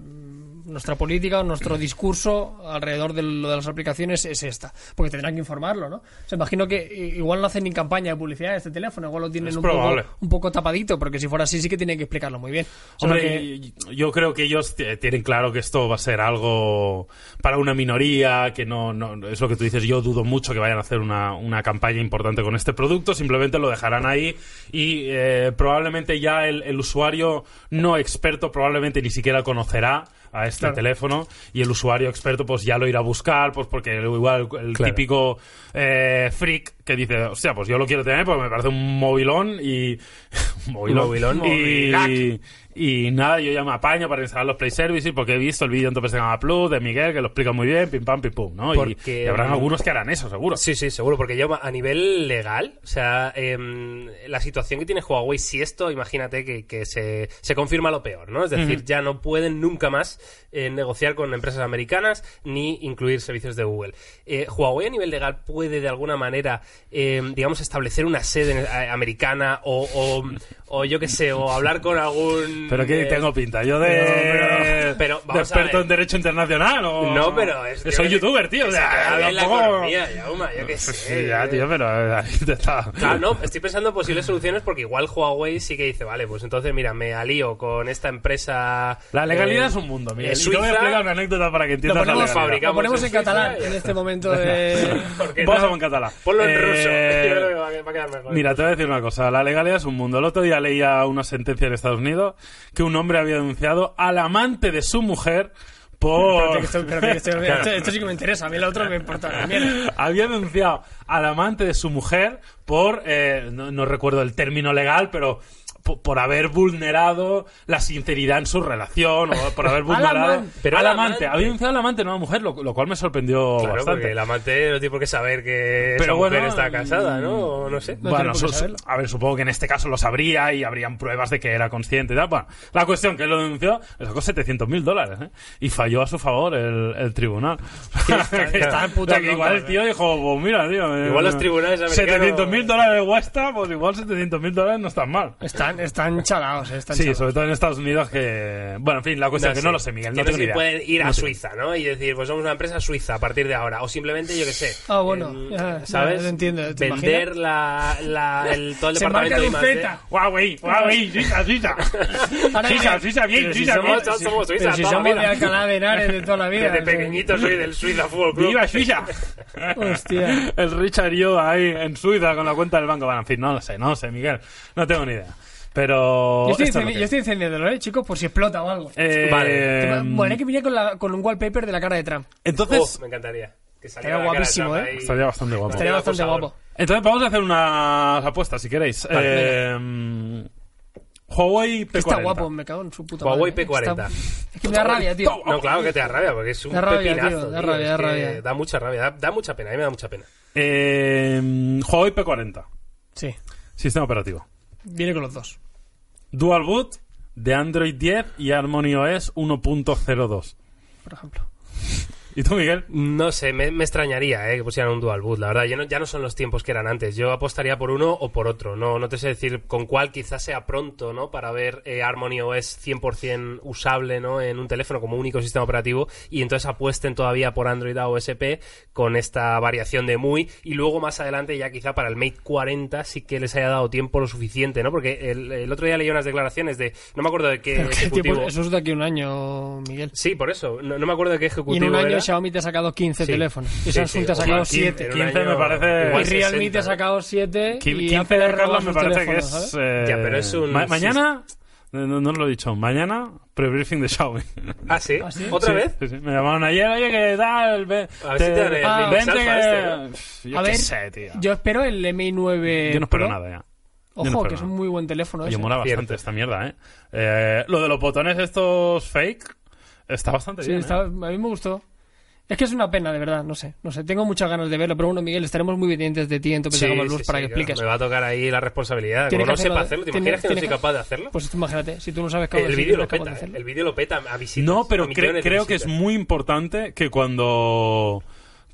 Speaker 2: Nuestra política, nuestro discurso alrededor de lo de las aplicaciones es esta, porque tendrán que informarlo, ¿no? Se imagino que i- igual no hacen ni campaña de publicidad de este teléfono, igual lo tienen
Speaker 3: Es
Speaker 2: un
Speaker 3: probable.
Speaker 2: poco, un poco tapadito, porque si fuera así sí que tienen que explicarlo muy bien. O sea,
Speaker 3: Hombre,
Speaker 2: que-
Speaker 3: y- y- yo creo que ellos t- tienen claro que esto va a ser algo para una minoría, que no, no no- es lo que tú dices, yo dudo mucho que vayan a hacer una, una campaña importante con este producto, simplemente lo dejarán ahí y eh, probablemente ya el, el usuario no experto probablemente ni siquiera conocerá a este
Speaker 2: Claro.
Speaker 3: teléfono y el usuario experto pues ya lo irá a buscar pues porque igual el, el
Speaker 1: Claro.
Speaker 3: típico eh, freak que dice hostia pues yo lo quiero tener porque me parece un movilón y [LAUGHS] un
Speaker 1: Movilón.
Speaker 3: y, y nada, yo ya me apaño para instalar los Play Services porque he visto el vídeo en Topes de Gama Plus de Miguel que lo explica muy bien, pim pam, pim pum, ¿no? Y-
Speaker 1: Porque-
Speaker 3: Y, habrán algunos que harán eso, seguro.
Speaker 1: Sí, sí, seguro, porque yo a nivel legal, o sea, em, la situación que tiene Huawei, si esto, imagínate que, que se, se confirma lo peor, ¿no? Es decir, ya no pueden nunca más eh, negociar con empresas americanas ni incluir servicios de Google. Eh, Huawei a nivel legal puede de alguna manera, em, digamos, establecer una sede eh, americana o, o, o yo qué sé, o hablar con algún...
Speaker 3: Pero que
Speaker 1: eh,
Speaker 3: tengo pinta, yo
Speaker 1: pero-
Speaker 3: de,
Speaker 1: pero
Speaker 3: de
Speaker 1: vamos a
Speaker 3: experto
Speaker 1: ver.
Speaker 3: en derecho internacional o...
Speaker 1: No, pero es
Speaker 3: Que soy
Speaker 1: que-
Speaker 3: youtuber, tío.
Speaker 1: que
Speaker 3: o
Speaker 1: se
Speaker 3: sea,
Speaker 1: te da bien la
Speaker 3: tampoco- Pues
Speaker 1: economía, Yauma, yo qué sé.
Speaker 3: Sí, ya, tío, pero eh, ahí te está...
Speaker 1: Claro, no, estoy pensando en posibles soluciones porque igual Huawei sí que dice, vale, pues entonces mira, me alío con esta empresa.
Speaker 3: La legalidad
Speaker 1: eh,
Speaker 3: es un mundo, Miguel.
Speaker 1: eh,
Speaker 3: y te voy a
Speaker 1: Suiza.
Speaker 3: explicar una anécdota para que
Speaker 2: lo
Speaker 3: entiendas la
Speaker 2: ponemos,
Speaker 3: legalidad.
Speaker 1: fabricamos
Speaker 2: lo ponemos
Speaker 1: en
Speaker 2: en catalán
Speaker 1: Suiza y-
Speaker 2: en este momento
Speaker 3: [LAUGHS]
Speaker 2: de... [LAUGHS]
Speaker 1: Porque
Speaker 3: Vamos
Speaker 1: no-
Speaker 3: a en catalán.
Speaker 1: Ponlo en
Speaker 3: Eh,
Speaker 1: ruso. [LAUGHS] Yo creo que va a- va a quedar mejor.
Speaker 3: Mira, te voy a decir una cosa. La legalidad es un mundo. El otro día leía una sentencia en Estados Unidos que un hombre había denunciado al amante de su mujer
Speaker 2: Pero
Speaker 3: por...
Speaker 2: tiene que estar- pero tiene que
Speaker 3: [LAUGHS]
Speaker 2: estar- esto, esto sí que me interesa, a mí lo otro me importa. Mira.
Speaker 3: había denunciado al amante de su mujer por... eh, no, no recuerdo el término legal, pero... po- Por haber vulnerado la sinceridad en su relación, o por haber vulnerado.
Speaker 2: amante.
Speaker 1: Pero
Speaker 3: al
Speaker 1: al
Speaker 3: amante.
Speaker 1: amante.
Speaker 3: Había denunciado al amante, no a la mujer, lo, lo cual me sorprendió
Speaker 1: Claro,
Speaker 3: bastante.
Speaker 1: porque el amante no tiene por qué saber que esa
Speaker 3: Pero
Speaker 1: mujer
Speaker 3: bueno, mm,
Speaker 1: está casada, ¿no? O no sé.
Speaker 2: No tiene
Speaker 3: bueno,
Speaker 2: por qué
Speaker 3: su-
Speaker 2: saberlo.
Speaker 3: a ver, supongo que en este caso lo sabría y habrían pruebas de que era consciente y tal. Bueno, la cuestión que él lo denunció le sacó 700 mil dólares ¿eh? y falló a su favor el, el tribunal. [LAUGHS] Que
Speaker 1: está- está
Speaker 2: en puta
Speaker 3: O sea, que Igual el
Speaker 2: contra,
Speaker 3: tío dijo, pues mira, tío. eh,
Speaker 1: Igual los tribunales americanos-
Speaker 3: 700 mil dólares de Westa, pues igual 700 mil dólares no están mal.
Speaker 2: Están, están chalados, eh, están
Speaker 3: Sí,
Speaker 2: chalaos.
Speaker 3: sobre todo en Estados Unidos que... Bueno, en fin, la cuestión que
Speaker 1: sé.
Speaker 3: no lo sé, Miguel.
Speaker 1: Que
Speaker 3: No tengo
Speaker 1: sé
Speaker 3: ni
Speaker 1: si
Speaker 3: idea.
Speaker 1: pueden ir
Speaker 3: No
Speaker 1: a
Speaker 3: sé.
Speaker 1: Suiza, ¿no? Y decir, pues somos una empresa suiza a partir de ahora. O simplemente, yo qué sé.
Speaker 2: Ah, bueno,
Speaker 1: em,
Speaker 2: ya, ya,
Speaker 1: ¿Sabes?
Speaker 2: ya entiendo, ¿te
Speaker 1: Vender la, la- el, todo el
Speaker 2: Se
Speaker 1: departamento eh.
Speaker 2: marca
Speaker 1: de
Speaker 2: un
Speaker 1: I+D.
Speaker 2: zeta.
Speaker 3: Huawei, Huawei, Suiza, Suiza.
Speaker 2: Ahora
Speaker 3: Suiza,
Speaker 2: viene-
Speaker 3: Suiza, bien,
Speaker 1: Pero si
Speaker 3: Suiza, bien.
Speaker 1: somos, somos
Speaker 2: Pero
Speaker 1: Suiza,
Speaker 2: si
Speaker 1: toda la
Speaker 2: somos de
Speaker 1: vida.
Speaker 2: Alcalá de Henares de toda la vida.
Speaker 1: Desde
Speaker 2: o sea,
Speaker 1: pequeñito soy del Suiza Fútbol Club.
Speaker 3: ¡Viva Suiza!
Speaker 2: Hostia.
Speaker 3: El Richard y yo ahí en Suiza con la cuenta del banco. Bueno, en fin, no lo sé, no lo sé, Miguel. No tengo ni idea. Pero.
Speaker 1: Oh,
Speaker 2: Yo estoy,
Speaker 3: esto es
Speaker 2: encendi-
Speaker 3: lo que
Speaker 2: yo
Speaker 3: es.
Speaker 2: estoy encendiéndolo, eh, chicos, por si explota o algo.
Speaker 3: Eh,
Speaker 1: Vale.
Speaker 2: bueno, hay que venir con, la- con un wallpaper de la cara de Trump.
Speaker 3: Entonces,
Speaker 1: Oh, me encantaría. Que
Speaker 2: Estaría
Speaker 1: saliera la cara de
Speaker 2: guapísimo,
Speaker 1: Trump
Speaker 2: ¿eh?
Speaker 1: ahí.
Speaker 3: Estaría bastante guapo.
Speaker 2: Estaría
Speaker 1: Bueno,
Speaker 2: bastante
Speaker 1: acusador.
Speaker 2: guapo.
Speaker 3: entonces vamos a hacer unas apuestas si queréis.
Speaker 2: Vale,
Speaker 3: Eh, mm, Huawei P40.
Speaker 2: Está guapo, me cago en su puta
Speaker 1: Huawei
Speaker 2: madre.
Speaker 1: P40.
Speaker 2: Está- Es que me da rabia, tío.
Speaker 1: No, claro que te da rabia, porque es un
Speaker 2: Da rabia,
Speaker 1: pepinazo.
Speaker 2: tío, da
Speaker 1: tío.
Speaker 2: rabia,
Speaker 1: Es
Speaker 2: da
Speaker 1: que
Speaker 2: rabia.
Speaker 1: Da mucha rabia, da, da mucha pena, a mí me da mucha pena.
Speaker 3: Eh, mm, Huawei P40.
Speaker 2: Sí,
Speaker 3: Sistema operativo.
Speaker 2: viene con los dos.
Speaker 3: Dual boot de Android 10 y Harmony OS 1.02.
Speaker 2: Por ejemplo.
Speaker 3: ¿Y tú, Miguel?
Speaker 1: No sé, me, me extrañaría eh, que pusieran un dual boot, la verdad. Ya no, ya no son los tiempos que eran antes. Yo apostaría por uno o por otro. No, no te sé decir con cuál quizás sea pronto, ¿no? Para ver eh, Harmony OS 100% usable, ¿no? En un teléfono como único sistema operativo. Y entonces apuesten todavía por Android AOSP con esta variación de MUI. Y luego más adelante ya quizá para el Mate 40 sí que les haya dado tiempo lo suficiente, ¿no? Porque el, el otro día leí unas declaraciones de... No me acuerdo de qué
Speaker 2: Pero qué
Speaker 1: ejecutivo...
Speaker 2: tiempo- Este, pues, eso es de aquí a un año, Miguel.
Speaker 1: Sí, por eso. No, no me acuerdo de qué
Speaker 2: Y
Speaker 1: ejecutivo
Speaker 2: en un año
Speaker 1: era.
Speaker 2: Xiaomi te ha sacado 15
Speaker 1: Sí.
Speaker 2: teléfonos. Y
Speaker 1: Sí,
Speaker 2: Samsung
Speaker 1: sí,
Speaker 2: te ha sacado
Speaker 1: igual,
Speaker 2: 7.
Speaker 1: en un
Speaker 3: 15 me parece-
Speaker 1: igual
Speaker 2: Y Realme
Speaker 1: 60,
Speaker 2: te ha sacado 7.
Speaker 3: Qui-
Speaker 2: y
Speaker 3: 15
Speaker 2: Apple
Speaker 3: de
Speaker 2: ha robado
Speaker 3: Carlos me
Speaker 2: sus
Speaker 3: parece que
Speaker 2: teléfonos,
Speaker 3: es.
Speaker 2: ¿sabes?
Speaker 3: eh,
Speaker 1: Ya, pero es un-
Speaker 3: ma- mañana. No, no- no os lo he dicho. Mañana, pre-briefing de Xiaomi.
Speaker 1: ¿no? Ah, sí.
Speaker 2: ¿Ah, sí?
Speaker 1: ¿Otra
Speaker 3: Sí,
Speaker 1: vez?
Speaker 3: sí, sí. Me llamaron ayer, oye, ¿qué tal? Ve-
Speaker 1: A ver si te dan el
Speaker 2: Ah,
Speaker 1: Mix
Speaker 3: vente
Speaker 1: Alpha
Speaker 3: que-
Speaker 1: este, ¿no?
Speaker 3: Yo
Speaker 2: a
Speaker 3: qué
Speaker 2: ver,
Speaker 3: sé, tío. Yo,
Speaker 2: yo eh, espero el MI9.
Speaker 3: eh, no espero
Speaker 2: Pro.
Speaker 3: nada ya. Yo no
Speaker 2: Ojo,
Speaker 3: espero
Speaker 2: que es un
Speaker 3: nada.
Speaker 2: muy buen teléfono
Speaker 3: Oye,
Speaker 2: ese.
Speaker 3: mola
Speaker 1: Cierto.
Speaker 3: bastante esta mierda, ¿eh? ¿eh? Lo de los botones estos fake está bastante
Speaker 2: Sí,
Speaker 3: bien.
Speaker 2: está-
Speaker 3: ¿eh?
Speaker 2: a mí me gustó. Es que es una pena, de verdad, no sé, no sé. Tengo muchas ganas de verlo, pero bueno, Miguel, estaremos muy pendientes de ti en tu
Speaker 1: Sí,
Speaker 2: Pegamos Luz
Speaker 1: sí,
Speaker 2: para
Speaker 1: sí,
Speaker 2: que
Speaker 1: claro,
Speaker 2: expliques.
Speaker 1: Me va a tocar ahí la responsabilidad.
Speaker 2: Tienes
Speaker 1: Como no
Speaker 2: que
Speaker 1: sepa
Speaker 2: hacerlo,
Speaker 1: hacerlo, ¿te
Speaker 2: tienes-
Speaker 1: imaginas que no
Speaker 2: tienes
Speaker 1: soy
Speaker 2: que-
Speaker 1: capaz de hacerlo?
Speaker 2: Pues tú imagínate, si tú no sabes cómo
Speaker 1: el
Speaker 2: si tú
Speaker 1: vídeo
Speaker 2: no
Speaker 1: lo
Speaker 2: eres capaz de
Speaker 1: peta, ¿eh?
Speaker 2: hacerlo.
Speaker 1: el vídeo lo peta a visitas.
Speaker 3: No, pero
Speaker 1: a
Speaker 3: cre-
Speaker 1: millones de
Speaker 3: creo que es
Speaker 1: visitas.
Speaker 3: muy importante que cuando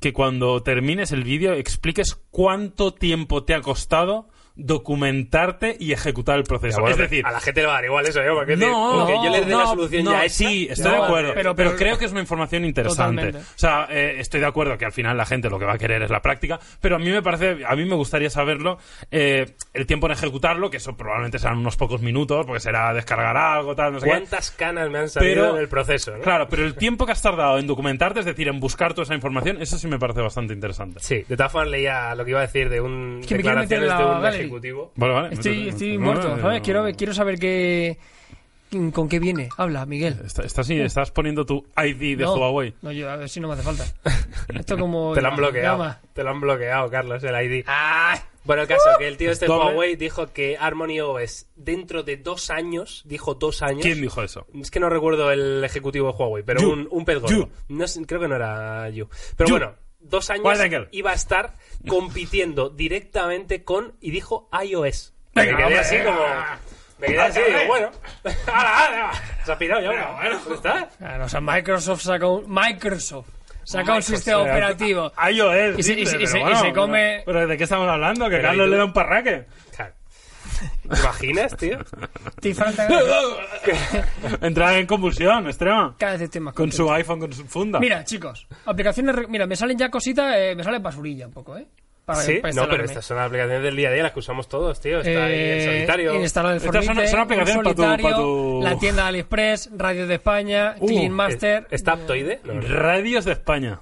Speaker 3: que cuando termines el vídeo expliques cuánto tiempo te ha costado documentarte y ejecutar el proceso.
Speaker 1: Ya, bueno,
Speaker 3: es
Speaker 1: pero
Speaker 3: decir,
Speaker 1: A la gente le va a dar igual eso, ¿eh? ¿Para qué decir?
Speaker 3: no,
Speaker 1: Porque yo les dé la
Speaker 3: no,
Speaker 1: solución
Speaker 3: no,
Speaker 1: ya esta.
Speaker 3: sí, estoy
Speaker 2: Ya,
Speaker 3: de acuerdo,
Speaker 2: vale, pero-
Speaker 3: pero,
Speaker 2: pero-
Speaker 3: creo que es una información interesante.
Speaker 2: Totalmente.
Speaker 3: O sea, eh, estoy de acuerdo que al final la gente lo que va a querer es la práctica, pero a mí me parece, a mí me gustaría saberlo, eh, el tiempo en ejecutarlo, que eso probablemente serán unos pocos minutos, porque será descargar algo, tal, no sé qué.
Speaker 1: ¿Cuántas canas me han salido
Speaker 3: Pero-
Speaker 1: en el proceso? ¿no?
Speaker 3: Claro, pero el tiempo que has tardado en documentarte, es decir, en buscar toda esa información, eso sí me parece bastante interesante.
Speaker 1: Sí, de todas formas leía lo que iba a decir de un
Speaker 2: que me quiero meter en
Speaker 1: declaraciones
Speaker 2: la
Speaker 1: de un
Speaker 2: gallery.
Speaker 1: ejecutivo.
Speaker 3: Vale, vale.
Speaker 2: Estoy,
Speaker 3: Métete.
Speaker 2: estoy
Speaker 3: No,
Speaker 2: muerto,
Speaker 3: no,
Speaker 2: ¿sabes?
Speaker 3: no.
Speaker 2: Quiero, quiero saber qué, con qué viene. Habla, Miguel.
Speaker 3: Está- estás, estás poniendo tu ID de
Speaker 2: no,
Speaker 3: Huawei.
Speaker 2: No, yo a ver si no me hace
Speaker 3: [LAUGHS]
Speaker 2: falta. Esto como...
Speaker 1: Te lo han bloqueado.
Speaker 2: llama.
Speaker 1: Te lo han bloqueado, Carlos, el ID.
Speaker 2: ¡Ah!
Speaker 1: Bueno, el caso que el tío este de
Speaker 3: Tome.
Speaker 1: Huawei dijo que Harmony OS dentro de dos años, dijo dos años.
Speaker 3: ¿Quién dijo eso?
Speaker 1: Es que no recuerdo el ejecutivo de Huawei, pero
Speaker 3: Yu.
Speaker 1: un, un pez
Speaker 3: Yu.
Speaker 1: gordo. No sé, creo que no era Yu. Pero
Speaker 3: Yu.
Speaker 1: bueno, dos años
Speaker 3: Weidenkel.
Speaker 1: iba a estar compitiendo directamente con, y dijo iOS.
Speaker 3: Venga,
Speaker 1: me quedé
Speaker 3: hombre,
Speaker 1: así
Speaker 3: venga.
Speaker 1: como... Me quedé así, digo,
Speaker 3: [LAUGHS]
Speaker 1: bueno. ¡Hala, hala! Se ha pirado ya,
Speaker 3: Venga,
Speaker 1: bueno.
Speaker 3: bueno.
Speaker 1: ¿Dónde está?
Speaker 2: Claro, o sea, Microsoft saca un... Microsoft saca un sistema
Speaker 3: O sea,
Speaker 2: operativo.
Speaker 3: iOS.
Speaker 2: Y se- y
Speaker 3: dice,
Speaker 2: se- y
Speaker 3: pero
Speaker 2: se- y
Speaker 3: bueno,
Speaker 2: se come-
Speaker 3: Pero, ¿de qué estamos hablando? Que
Speaker 1: Pero, ¿y
Speaker 3: Carlos
Speaker 1: tú?
Speaker 3: le da un parraque.
Speaker 1: Claro. ¿Te imaginas, tío?
Speaker 2: Te
Speaker 3: [LAUGHS]
Speaker 2: falta...
Speaker 3: Entrar en convulsión, extrema.
Speaker 2: Cada vez estoy más
Speaker 3: Con
Speaker 2: contento.
Speaker 3: su iPhone, con su funda.
Speaker 2: Mira, chicos, aplicaciones... re- Mira, me salen ya cositas, eh, me salen basurilla un poco, ¿eh? Para,
Speaker 1: Sí,
Speaker 2: para
Speaker 1: no, pero
Speaker 2: instalarme.
Speaker 1: estas son las aplicaciones del día a día, las que usamos todos, tío. Está ahí el
Speaker 2: Eh,
Speaker 1: solitario.
Speaker 2: instalar el
Speaker 3: Estas son-
Speaker 2: Fortnite,
Speaker 3: son aplicaciones
Speaker 2: un
Speaker 3: pa' tu-
Speaker 2: solitario,
Speaker 3: pa' tu-
Speaker 2: La tienda de AliExpress, Radio de España,
Speaker 3: Uh,
Speaker 2: Clean Master.
Speaker 1: ¿Está aptoide? No, no.
Speaker 3: Radios de España.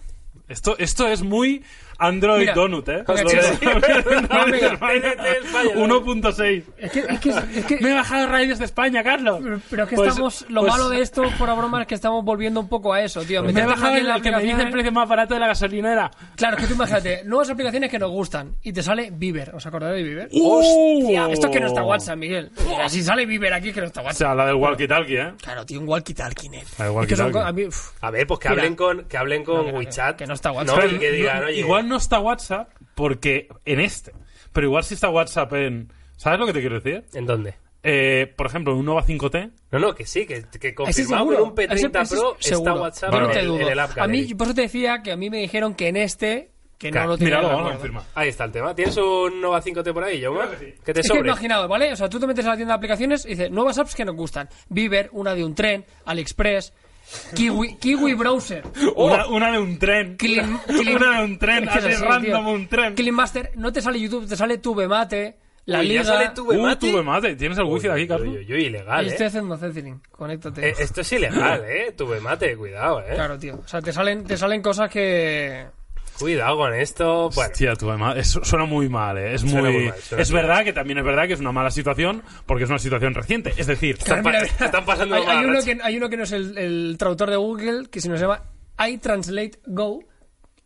Speaker 3: Esto, esto es muy Android
Speaker 2: Mira,
Speaker 3: Donut, ¿eh?
Speaker 2: mira,
Speaker 3: Lo
Speaker 2: chicos.
Speaker 3: [LAUGHS] de-
Speaker 2: [LAUGHS]
Speaker 3: Radios de
Speaker 1: TNT de
Speaker 3: España,
Speaker 1: [LAUGHS] España.
Speaker 3: 1.6.
Speaker 2: Es que, es que, es que-
Speaker 3: Me he bajado Radios de España, Carlos.
Speaker 2: pero es que
Speaker 3: Pues-
Speaker 2: estamos. Lo
Speaker 3: pues-
Speaker 2: malo de esto, por broma, es que estamos volviendo un poco a eso, tío.
Speaker 3: Me he
Speaker 2: Meterte
Speaker 3: bajado
Speaker 2: en
Speaker 3: el,
Speaker 2: una
Speaker 3: el que me dice
Speaker 2: aplicación-
Speaker 3: el precio más barato de la gasolinera.
Speaker 2: Claro, es que tú imagínate, nuevas aplicaciones que nos gustan y te sale Viver. ¿Os acordáis de Viver?
Speaker 1: Uh.
Speaker 3: ¡Hostia!
Speaker 2: Esto es que no está WhatsApp, Miguel. Mira, Si sale Viver aquí, es que no está
Speaker 3: O
Speaker 2: WhatsApp.
Speaker 3: sea, la del walkie-talkie, ¿eh?
Speaker 2: Claro, tío, un walkie-talkie, Ned.
Speaker 3: Ah,
Speaker 2: Es que son
Speaker 3: walkie-talkie.
Speaker 2: co- a mí, uf,
Speaker 1: A ver, pues que
Speaker 2: Mira.
Speaker 1: hablen con, que hablen con
Speaker 2: No, que-
Speaker 1: WeChat.
Speaker 2: que no está
Speaker 1: guacho.
Speaker 2: WhatsApp.
Speaker 1: y que digan,
Speaker 3: No,
Speaker 1: oye,
Speaker 3: Igual no está WhatsApp porque en este. Pero igual sí está WhatsApp en. ¿Sabes lo que te quiero decir?
Speaker 1: ¿En dónde?
Speaker 3: Eh, por ejemplo, en un Nova 5T.
Speaker 1: No, no, que sí, que, que
Speaker 2: Ese
Speaker 1: confirmado
Speaker 2: seguro.
Speaker 1: con un P30 Pro
Speaker 2: Ese- ese
Speaker 1: está
Speaker 2: seguro.
Speaker 1: WhatsApp
Speaker 2: Yo no
Speaker 1: en,
Speaker 2: te
Speaker 1: el-
Speaker 2: dudo.
Speaker 1: en el app.
Speaker 2: A mí,
Speaker 1: gallery.
Speaker 2: por eso te decía que a mí me dijeron que en este, que no
Speaker 1: Claro,
Speaker 2: lo tenía.
Speaker 3: Mira, lo
Speaker 2: de
Speaker 3: vamos a
Speaker 2: acuerdo.
Speaker 3: confirmar.
Speaker 1: Ahí está el tema. ¿Tienes un Nova 5T por ahí, Jaume? Que, te
Speaker 2: Es que
Speaker 1: sobre.
Speaker 2: imaginaos, ¿vale? O sea, tú te metes a la tienda de aplicaciones y dices, nuevas apps que nos gustan. Viver, una de un tren, AliExpress, Kiwi, Kiwi Browser.
Speaker 1: ¡Oh!
Speaker 3: Una, una de un tren.
Speaker 2: Clean, Clean-
Speaker 3: una de un tren.
Speaker 2: Es que es
Speaker 3: Así
Speaker 2: así,
Speaker 3: random
Speaker 2: tío.
Speaker 3: un tren.
Speaker 2: Clean Master, no te sale YouTube, te sale Tubemate, La
Speaker 1: Uy, ya
Speaker 2: Liga.
Speaker 1: sale Tube
Speaker 3: Uh,
Speaker 1: Mate.
Speaker 3: tuve mate. ¿Tienes el wifi de aquí, Carlos?
Speaker 1: Uy, uy, uy, ilegal,
Speaker 2: Ahí estoy
Speaker 1: ¿eh?
Speaker 2: haciendo censoring, este conéctate.
Speaker 1: Eh, Esto es ilegal, ¿eh? Tuve mate, cuidado, ¿eh?
Speaker 2: Claro, tío. O sea, te salen, te salen cosas que...
Speaker 1: Cuidado con esto. Bueno,
Speaker 3: Hostia, tuve mate. Eso suena muy mal, ¿eh? Es muy.
Speaker 1: Suena muy mal, suena
Speaker 3: es
Speaker 1: muy
Speaker 3: verdad que también es verdad que es una mala situación porque es una situación reciente. Es decir,
Speaker 1: Claro. Están pa-
Speaker 2: Mira, mira.
Speaker 1: están pasando
Speaker 2: hay,
Speaker 1: mala
Speaker 2: hay uno
Speaker 1: racha.
Speaker 2: que, hay uno que no es el, el traductor de Google, que se nos llama iTranslate Go,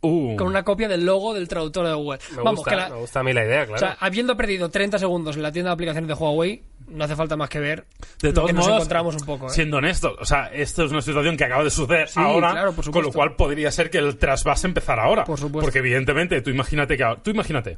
Speaker 3: uh,
Speaker 2: con una copia del logo del traductor de Google.
Speaker 1: me
Speaker 2: Vamos,
Speaker 1: gusta,
Speaker 2: que la-
Speaker 1: me gusta a mí la idea, claro.
Speaker 2: o sea, habiendo perdido 30 segundos en la tienda de aplicaciones de Huawei, no hace falta más que ver
Speaker 3: De
Speaker 2: lo
Speaker 3: todos
Speaker 2: que
Speaker 3: modos,
Speaker 2: nos encontramos un poco. ¿eh?
Speaker 3: siendo honestos, o sea, esto es una situación que acaba de suceder
Speaker 2: Sí,
Speaker 3: ahora,
Speaker 2: claro, por supuesto.
Speaker 3: con lo cual podría ser que el trasvase empezara ahora.
Speaker 2: Por supuesto.
Speaker 3: Porque evidentemente, tú imagínate que ahora- tú imagínate.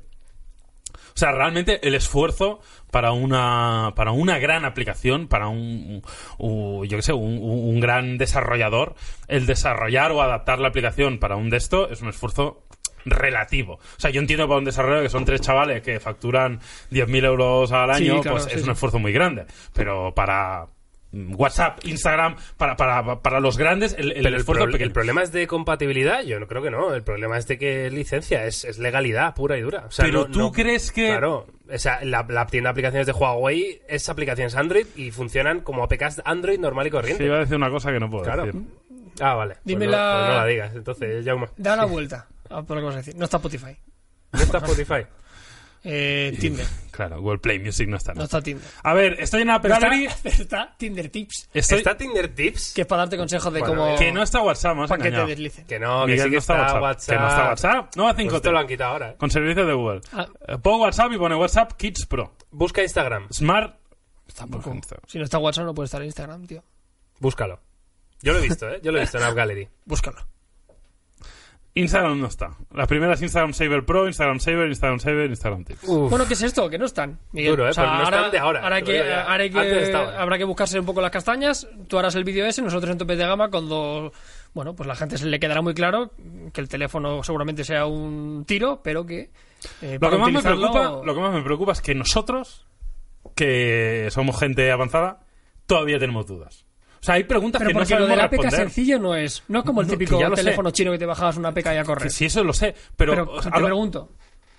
Speaker 3: O sea, realmente el esfuerzo para una para una gran aplicación, para un, u- yo qué sé, un, un- un gran desarrollador, el desarrollar o adaptar la aplicación para un de esto es un esfuerzo relativo. O sea, yo entiendo para un desarrollador que son tres chavales que facturan 10.000 euros al
Speaker 2: Sí,
Speaker 3: año,
Speaker 2: claro,
Speaker 3: pues
Speaker 2: sí,
Speaker 3: es
Speaker 2: sí.
Speaker 3: un esfuerzo muy grande. Pero para mm, WhatsApp, Instagram, para, para, para los grandes, el, el
Speaker 1: Pero el,
Speaker 3: esfuerzo
Speaker 1: proble-
Speaker 3: es pequeño.
Speaker 1: el problema es de compatibilidad, yo no creo que no. El problema es de que es licencia, es, es legalidad pura y dura. O sea,
Speaker 3: Pero
Speaker 1: no-
Speaker 3: tú
Speaker 1: no-
Speaker 3: crees que...
Speaker 1: Claro, o sea, la, la tienda de aplicaciones de Huawei es aplicaciones Android y funcionan como APKs Android normal y
Speaker 3: Te
Speaker 1: corriente.
Speaker 3: iba a decir una cosa que no puedo
Speaker 1: Claro.
Speaker 3: decir.
Speaker 1: Ah, vale. Pues
Speaker 2: Dime
Speaker 1: no-
Speaker 2: la-
Speaker 1: pues no la digas, entonces, Jaume.
Speaker 2: Da la vuelta a por lo que vas a decir. No está Spotify.
Speaker 1: ¿No está Spotify?
Speaker 2: Eh, Tinder.
Speaker 3: Claro, Google Play Music no está. en
Speaker 2: No
Speaker 3: esto.
Speaker 2: está
Speaker 3: [LAUGHS]
Speaker 2: Tinder.
Speaker 3: A ver, estoy en App
Speaker 2: Pero
Speaker 3: Gallery.
Speaker 2: está, pero está Tinder Tips,
Speaker 3: [LAUGHS] Estoy-
Speaker 1: ¿Está Tinder Tips?
Speaker 2: que es para darte consejos de
Speaker 1: Bueno,
Speaker 2: cómo...
Speaker 3: Que no está WhatsApp, más
Speaker 2: para que te
Speaker 3: engañado.
Speaker 2: deslicen.
Speaker 1: Que no, que
Speaker 3: Miguel,
Speaker 1: sí que
Speaker 3: no está WhatsApp. Que no está WhatsApp. No va a
Speaker 1: Pues
Speaker 3: 5T.
Speaker 1: esto lo han quitado ahora. ¿eh?
Speaker 3: Con servicio de Google.
Speaker 2: Ah.
Speaker 3: Eh, Pongo WhatsApp y pone WhatsApp Kids Pro.
Speaker 1: Busca Instagram,
Speaker 3: Smart...
Speaker 2: Tampoco.
Speaker 3: Perfecto.
Speaker 2: Si no está WhatsApp, no puede estar en Instagram, tío.
Speaker 1: búscalo. Yo lo he visto, ¿eh? Yo lo he visto en App Gallery.
Speaker 2: Búscalo.
Speaker 3: Instagram no está. Las primeras Instagram Saver Pro, Instagram Saver, Instagram Saver, Instagram Tips.
Speaker 1: Uf.
Speaker 2: Bueno, ¿qué es esto? Que no están. Miguel.
Speaker 1: Duro, ¿eh? Pero no están de ahora.
Speaker 2: Ahora, que,
Speaker 1: Lo digo ya.
Speaker 2: ahora hay que-
Speaker 1: Antes estaban.
Speaker 2: habrá que buscarse un poco las castañas. Tú harás el vídeo ese, nosotros en tope de gama, cuando. Bueno, pues la gente se le quedará muy claro que el teléfono seguramente sea un tiro, pero que. eh,
Speaker 3: Lo
Speaker 2: para
Speaker 3: que, más me
Speaker 2: utilizarlo-
Speaker 3: preocupa, lo que más me preocupa es que nosotros, que somos gente avanzada, todavía tenemos dudas. O sea, hay preguntas
Speaker 2: Pero
Speaker 3: que no
Speaker 2: porque lo
Speaker 3: sabemos
Speaker 2: de la APK
Speaker 3: responder.
Speaker 2: sencillo no es. No es como el
Speaker 3: No, que
Speaker 2: típico
Speaker 3: ya lo sé.
Speaker 2: teléfono chino que te bajabas una APK y a correr.
Speaker 3: Que sí, eso lo sé, pero...
Speaker 2: pero
Speaker 3: o sea,
Speaker 2: te
Speaker 3: hablo-
Speaker 2: pregunto.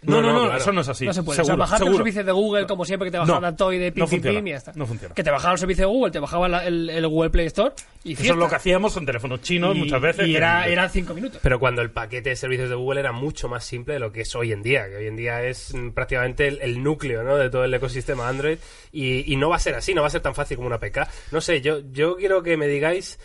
Speaker 3: no, no, no,
Speaker 1: No, no, claro.
Speaker 3: eso no es así.
Speaker 2: no se puede. o sea,
Speaker 3: Seguro,
Speaker 2: bajarte los
Speaker 3: seguro.
Speaker 2: servicios de Google, como siempre, que te bajaban
Speaker 3: No,
Speaker 2: Antoide, de pim,
Speaker 3: no
Speaker 2: pim,
Speaker 3: funciona,
Speaker 2: pim, y ya está.
Speaker 3: no funciona.
Speaker 2: Que te bajaba los servicios de Google, te bajaba la- el, el Google Play Store y
Speaker 3: Eso es lo que
Speaker 2: fiesta.
Speaker 3: hacíamos en teléfonos chinos
Speaker 2: Y-
Speaker 3: muchas veces.
Speaker 2: Y
Speaker 3: que-
Speaker 2: era, era cinco minutos.
Speaker 1: Pero cuando el paquete de servicios de Google era mucho más simple de lo que es hoy en día, que hoy en día es mm, prácticamente el, el núcleo ¿no? de todo el ecosistema Android y, y no va a ser así, no va a ser tan fácil como una PK. No sé, yo, yo quiero que me digáis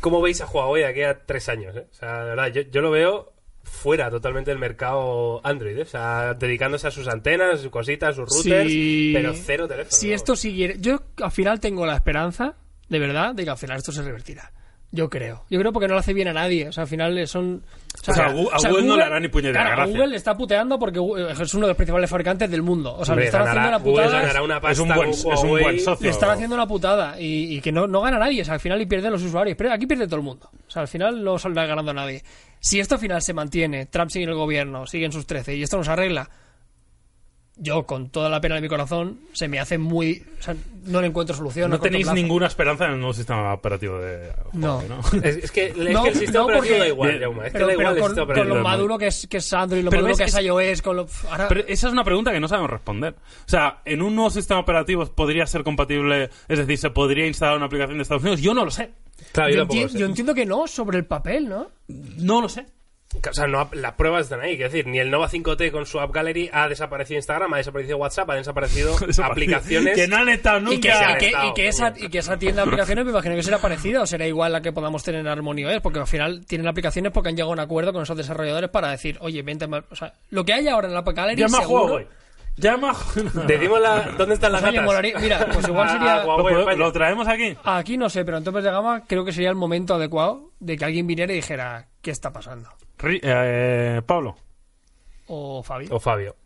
Speaker 1: cómo veis a Huawei de aquí a tres años. ¿eh? O sea, de verdad, yo, yo lo veo fuera totalmente del mercado Android, ¿eh? o sea, dedicándose a sus antenas, sus cositas, sus routers,
Speaker 2: Si-
Speaker 1: pero cero teléfono.
Speaker 2: Si
Speaker 1: vamos.
Speaker 2: esto siguiera. Yo al final tengo la esperanza, de verdad, de que al final esto se revertirá. Yo creo. Yo creo porque no lo hace bien a nadie. O sea, al final son.
Speaker 3: O sea, a Gu- a Google no le hará ni puñetera
Speaker 2: claro, a
Speaker 3: gracia.
Speaker 2: Google le está puteando porque Gu- es uno de los principales fabricantes del mundo. O sea,
Speaker 1: Hombre,
Speaker 2: le están haciendo
Speaker 1: ganará-
Speaker 2: la
Speaker 1: Google
Speaker 2: putada.
Speaker 1: ganará una pasta
Speaker 3: Es un buen-
Speaker 1: con
Speaker 3: es un
Speaker 1: Huawei.
Speaker 3: buen socio.
Speaker 2: Le están haciendo una putada y, y que no, no gana nadie. O sea, al final y pierden los usuarios. Pero aquí pierde todo el mundo. O sea, al final no saldrá ganando nadie. Si esto al final se mantiene, Trump sigue en el gobierno, sigue en sus 13 y esto nos arregla, yo con toda la pena de mi corazón se me hace muy. O sea, no le encuentro solución. a
Speaker 3: No
Speaker 2: corto
Speaker 3: tenéis
Speaker 2: plazo.
Speaker 3: ninguna esperanza en el nuevo sistema operativo de
Speaker 2: No.
Speaker 3: Huawei, ¿no? [LAUGHS]
Speaker 1: Es, es que, es
Speaker 2: No,
Speaker 1: que el sistema
Speaker 2: no,
Speaker 1: operativo
Speaker 2: porque-
Speaker 1: da igual,
Speaker 3: Bien.
Speaker 1: Jaume, es que
Speaker 2: Pero,
Speaker 1: da
Speaker 2: pero
Speaker 1: igual el
Speaker 2: con,
Speaker 1: sistema
Speaker 2: con
Speaker 1: operativo.
Speaker 2: lo
Speaker 3: Pero-
Speaker 2: maduro que es, que es Android, lo
Speaker 3: Pero
Speaker 2: maduro
Speaker 3: es-
Speaker 2: que es,
Speaker 3: es-
Speaker 2: iOS, con lo. pf, ahora-
Speaker 3: Pero esa es una pregunta que no sabemos responder. O sea, en un nuevo sistema operativo podría ser compatible, es decir, se podría instalar una aplicación de Estados Unidos. Yo no lo sé.
Speaker 1: Claro, yo
Speaker 2: yo,
Speaker 1: tampoco lo
Speaker 2: enti-
Speaker 1: sé.
Speaker 2: yo entiendo que no, sobre el papel, ¿no?
Speaker 3: No lo sé.
Speaker 1: O sea, no, las pruebas están ahí. Es decir, ni el Nova 5T con su App Gallery ha desaparecido Instagram, ha desaparecido WhatsApp, han
Speaker 2: [LAUGHS]
Speaker 1: desaparecido aplicaciones.
Speaker 3: que no han estado
Speaker 2: Y que, y
Speaker 1: se
Speaker 3: nunca.
Speaker 1: han
Speaker 2: que-
Speaker 1: estado,
Speaker 2: y que esa, y que esa tienda de aplicaciones me imagino que será parecida o será igual la que podamos tener en Harmony OS, porque al final tienen aplicaciones porque han llegado a un acuerdo con esos desarrolladores para decir, oye, vente más. O sea, lo que hay ahora en la App Gallery.
Speaker 3: Llama a
Speaker 2: seguro-
Speaker 3: Huawei. Llama a [LAUGHS]
Speaker 1: Decimos la- dónde están las
Speaker 2: Oye,
Speaker 1: gatas.
Speaker 2: molaría- mira,
Speaker 1: [LAUGHS]
Speaker 2: pues igual
Speaker 1: A-
Speaker 2: sería-
Speaker 1: a
Speaker 3: ¿Lo,
Speaker 1: Huawei,
Speaker 3: podemos-
Speaker 1: España.
Speaker 3: lo traemos aquí?
Speaker 2: Aquí no sé, pero en topes de gama creo que sería el momento adecuado de que alguien viniera y dijera, ¿qué está pasando?
Speaker 3: Ri- eh, Pablo.
Speaker 2: O Fabi.
Speaker 1: O Fabio.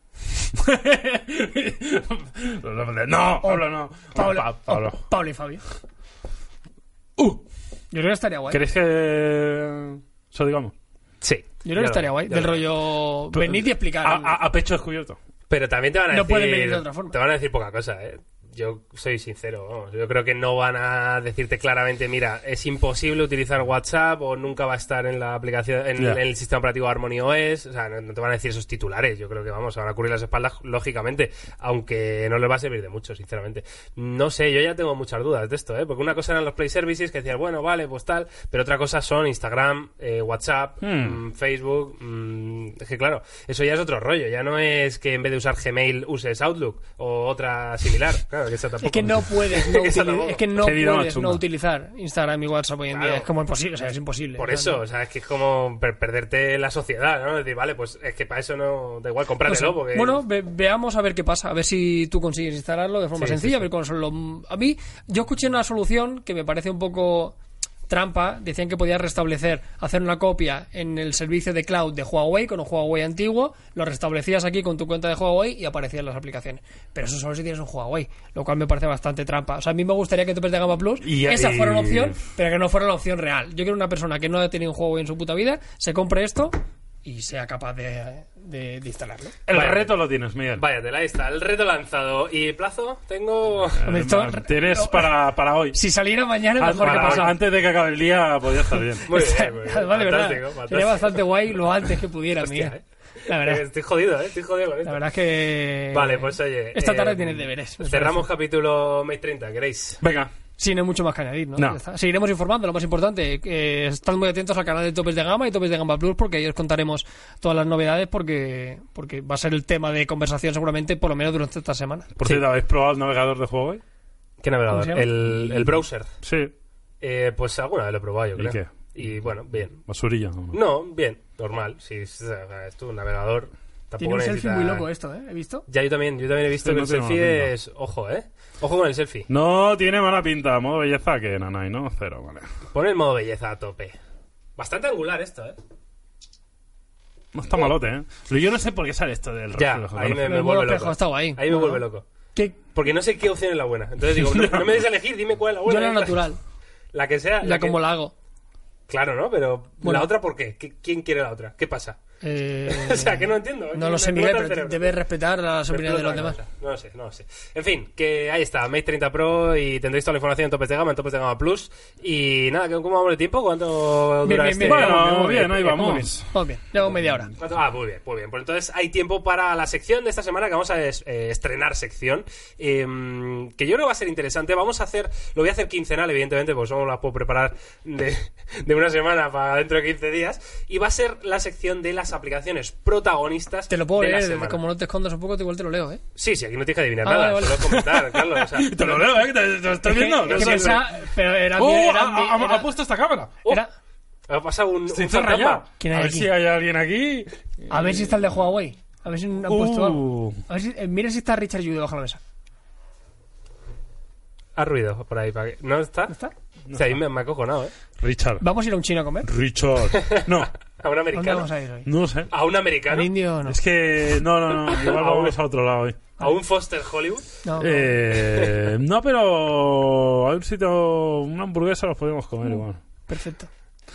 Speaker 3: no, Pablo no.
Speaker 2: Pablo,
Speaker 3: Pa- Pablo.
Speaker 2: o Pablo y Fabi. Yo
Speaker 3: Uh,
Speaker 2: creo que estaría guay.
Speaker 3: ¿Queréis que eh, eso digamos?
Speaker 1: Sí.
Speaker 2: Yo creo que estaría guay. Del rollo. Venid y explicar.
Speaker 3: A, a- a pecho descubierto.
Speaker 1: Pero también te van a
Speaker 2: No
Speaker 1: decir.
Speaker 2: pueden venir de otra forma.
Speaker 1: Te van a decir poca cosa, ¿eh? Yo soy sincero, vamos. Yo creo que no van a decirte claramente, mira, es imposible utilizar WhatsApp o nunca va a estar en la aplicación, en,
Speaker 3: Ya.
Speaker 1: en el sistema operativo Harmony OS. O sea, no, no te van a decir esos titulares. Yo creo que vamos, se van a cubrir las espaldas, lógicamente, aunque no les va a servir de mucho, sinceramente. No sé, yo ya tengo muchas dudas de esto, ¿eh? Porque una cosa eran los Play Services que decían, bueno, vale, pues tal, pero otra cosa son Instagram, eh, WhatsApp,
Speaker 3: Hmm.
Speaker 1: mm, Facebook. mm, es que claro, eso ya es otro rollo. Ya no es que en vez de usar Gmail uses Outlook o otra
Speaker 2: [LAUGHS]
Speaker 1: similar. Claro, que esa tampoco.
Speaker 2: Es que no
Speaker 1: [LAUGHS]
Speaker 2: puedes no,
Speaker 1: Esa
Speaker 2: utili-
Speaker 1: tampoco.
Speaker 2: es que no
Speaker 3: Qué vida más
Speaker 2: puedes
Speaker 3: chunga.
Speaker 2: no utilizar Instagram y WhatsApp hoy en
Speaker 1: Claro.
Speaker 2: día. Es como imposible, o sea, es imposible.
Speaker 1: Por
Speaker 2: O sea,
Speaker 1: eso,
Speaker 2: no.
Speaker 1: o sea, es que es como per- perderte la sociedad, ¿no? Es decir, vale, pues es que para eso no. Da igual,
Speaker 2: No sé.
Speaker 1: cómpratelo. Porque...
Speaker 2: Pues, Bueno, ve- veamos a ver qué pasa, a ver si tú consigues instalarlo de forma
Speaker 1: Sí, sí,
Speaker 2: sencilla,
Speaker 1: sí.
Speaker 2: a ver cuáles son los... A mí, yo escuché una solución que me parece un poco trampa, decían que podías restablecer, hacer una copia en el servicio de cloud de Huawei con un Huawei antiguo, lo restablecías aquí con tu cuenta de Huawei y aparecían las aplicaciones. Pero eso solo si tienes un Huawei, lo cual me parece bastante trampa. O sea, a mí me gustaría que Topes de Gama Plus,
Speaker 3: Y-
Speaker 2: esa fuera una
Speaker 3: y-
Speaker 2: opción, pero que no fuera la opción real. Yo quiero una persona que no ha tenido un Huawei en su puta vida, se compre esto y sea capaz de- de- de instalarlo.
Speaker 3: El
Speaker 1: Vale.
Speaker 3: reto lo tienes, Miguel.
Speaker 1: Váyatela, ahí está, el reto lanzado. ¿Y plazo?
Speaker 2: [LAUGHS]
Speaker 1: Tengo.
Speaker 2: Hombre, esto-
Speaker 3: Tienes
Speaker 2: no.
Speaker 3: para, para hoy.
Speaker 2: Si saliera mañana,
Speaker 3: An-
Speaker 2: mejor que
Speaker 3: para-
Speaker 2: pasa.
Speaker 3: Ah, Antes de que acabe el día, podía
Speaker 2: [LAUGHS]
Speaker 3: estar bien.
Speaker 1: Muy bien, muy bien.
Speaker 2: Además, de verdad,
Speaker 1: Fantástico,
Speaker 2: sería
Speaker 1: fantástico.
Speaker 2: bastante guay lo antes que pudiera, mía. La
Speaker 1: Eh,
Speaker 2: verdad,
Speaker 1: Estoy jodido, ¿eh? Estoy jodido con esto.
Speaker 2: la verdad es que.
Speaker 1: Vale, pues oye.
Speaker 2: Esta tarde
Speaker 1: eh,
Speaker 2: tienes deberes. me
Speaker 1: Cerramos
Speaker 2: parece.
Speaker 1: capítulo Mate 30, ¿queréis?
Speaker 3: Venga,
Speaker 2: Sí, no hay mucho más que añadir, ¿no?
Speaker 3: No.
Speaker 2: Ya está. Seguiremos informando, lo más importante. eh, estad muy atentos al canal de Topes de Gama y Topes de Gama Plus, porque ahí os contaremos todas las novedades, porque, porque va a ser el tema de conversación seguramente, por lo menos durante esta semana.
Speaker 3: por cierto, ¿habéis probado el navegador de Huawei?
Speaker 1: ¿Qué
Speaker 2: ¿Cómo
Speaker 1: navegador?
Speaker 2: se
Speaker 1: El, el browser.
Speaker 3: Sí.
Speaker 1: Eh, pues alguna vez lo he probado, yo
Speaker 3: ¿Y
Speaker 1: creo. Y bueno, bien.
Speaker 3: Basurilla. ¿o no?
Speaker 1: No, bien, normal. Si es, es tu navegador, tampoco
Speaker 2: Tiene un selfie
Speaker 1: necesita-
Speaker 2: muy loco esto, ¿eh? ¿He visto?
Speaker 1: Ya, yo también, yo también he visto
Speaker 3: Sí,
Speaker 1: que
Speaker 3: no
Speaker 1: el
Speaker 3: tiene mala
Speaker 1: selfie
Speaker 3: pinta.
Speaker 1: es. Ojo, ¿eh? Ojo con el selfie.
Speaker 3: No, tiene mala pinta. Modo belleza que nanay, ¿no? Cero, vale.
Speaker 1: Pon el modo belleza a tope. Bastante angular esto, ¿eh?
Speaker 3: No está malote, ¿eh? Pero yo no sé por qué sale esto del
Speaker 1: Ya,
Speaker 3: reflejo.
Speaker 1: ahí
Speaker 3: ¿no?
Speaker 1: me, me
Speaker 2: El mono
Speaker 1: vuelve
Speaker 2: espejo
Speaker 1: loco.
Speaker 2: estaba ahí.
Speaker 1: Ahí me
Speaker 2: Bueno.
Speaker 1: vuelve loco.
Speaker 2: Que
Speaker 1: Porque no sé qué opción es la buena. Entonces
Speaker 2: [LAUGHS]
Speaker 1: digo, no, no me des a elegir, dime cuál es la
Speaker 2: yo
Speaker 1: buena.
Speaker 2: era natural.
Speaker 1: La que sea.
Speaker 2: Ya
Speaker 1: que-
Speaker 2: como la hago.
Speaker 1: Claro, ¿no? Pero
Speaker 2: Bueno.
Speaker 1: la otra, ¿por qué? ¿Qui- ¿Quién quiere la otra? ¿Qué pasa?
Speaker 2: Eh,
Speaker 1: o sea, que no entiendo.
Speaker 2: No
Speaker 1: Me
Speaker 2: lo sé,
Speaker 1: explota
Speaker 2: Miguel,
Speaker 1: el
Speaker 2: pero
Speaker 1: cerebro.
Speaker 2: debes respetar las
Speaker 1: Me
Speaker 2: opiniones de los
Speaker 1: explota la
Speaker 2: demás.
Speaker 1: cabeza. No lo sé, no lo sé. En fin, que ahí está, Mate 30 Pro y tendréis toda la información en Topes de Gama, en Topes de Gama Plus. Y nada, ¿cómo vamos de tiempo? ¿Cuánto
Speaker 2: Bien,
Speaker 1: dura
Speaker 2: bien,
Speaker 1: este?
Speaker 2: bien.
Speaker 3: Bueno, bien, ahí
Speaker 2: Muy bien,
Speaker 3: vamos.
Speaker 2: vamos bien. Llevo media hora.
Speaker 1: ¿Cuánto? Ah, muy bien, muy bien. Pues entonces hay tiempo para la sección de esta semana que vamos a es- eh, estrenar sección, em, que yo creo que va a ser interesante. Vamos a hacer, lo voy a hacer quincenal, evidentemente, porque solo la puedo preparar de, de una semana para dentro de 15 días. Y va a ser la sección de las aplicaciones protagonistas.
Speaker 2: Te lo puedo
Speaker 1: de la
Speaker 2: leer,
Speaker 1: semana.
Speaker 2: como no te escondas un poco, igual te lo leo, ¿eh?
Speaker 1: Sí, sí, aquí no tienes que adivinar
Speaker 2: Ah,
Speaker 1: nada,
Speaker 2: vale, vale.
Speaker 1: solo es comentar, Carlos.
Speaker 2: [LAUGHS]
Speaker 1: o sea,
Speaker 3: [LAUGHS] Te lo leo, ¿eh? ¿Te, te lo estás viendo?
Speaker 2: Que- que
Speaker 3: No sé.
Speaker 2: pensaba- pero era mi-
Speaker 3: ¡Oh!
Speaker 2: era
Speaker 3: ha-
Speaker 2: mi-
Speaker 3: ha-
Speaker 2: era-
Speaker 3: ha puesto esta cámara.
Speaker 1: Oh,
Speaker 2: era-
Speaker 1: ha pasado un,
Speaker 3: Estoy
Speaker 1: un fantasma.
Speaker 3: rayado.
Speaker 2: ¿Quién hay
Speaker 3: a ver
Speaker 2: aquí?
Speaker 3: si hay alguien aquí.
Speaker 2: A ver si está el de Huawei. A ver si han puesto algo.
Speaker 3: Uh.
Speaker 2: A ver si- eh, mira si está Richard Yu debajo de la mesa.
Speaker 1: Ha ruido por ahí. para que- ¿No está?
Speaker 2: ¿No está?
Speaker 1: o sea, ahí me, me ha cojonado, ¿eh?
Speaker 3: Richard.
Speaker 2: ¿Vamos a ir a un chino a comer?
Speaker 3: Richard.
Speaker 2: [LAUGHS]
Speaker 3: No,
Speaker 1: A un
Speaker 2: ¿Dónde
Speaker 1: americano.
Speaker 2: vamos a ir hoy?
Speaker 3: no sé.
Speaker 1: A un
Speaker 2: ¿Al
Speaker 1: americano.
Speaker 2: indio o no?
Speaker 3: Es que. No,
Speaker 2: [LAUGHS]
Speaker 3: no, no. Igual vamos a otro lado hoy.
Speaker 1: A un Foster Hollywood.
Speaker 2: No, no.
Speaker 3: Eh, no, pero. Hay un sitio. Una hamburguesa los podemos comer igual.
Speaker 2: Perfecto.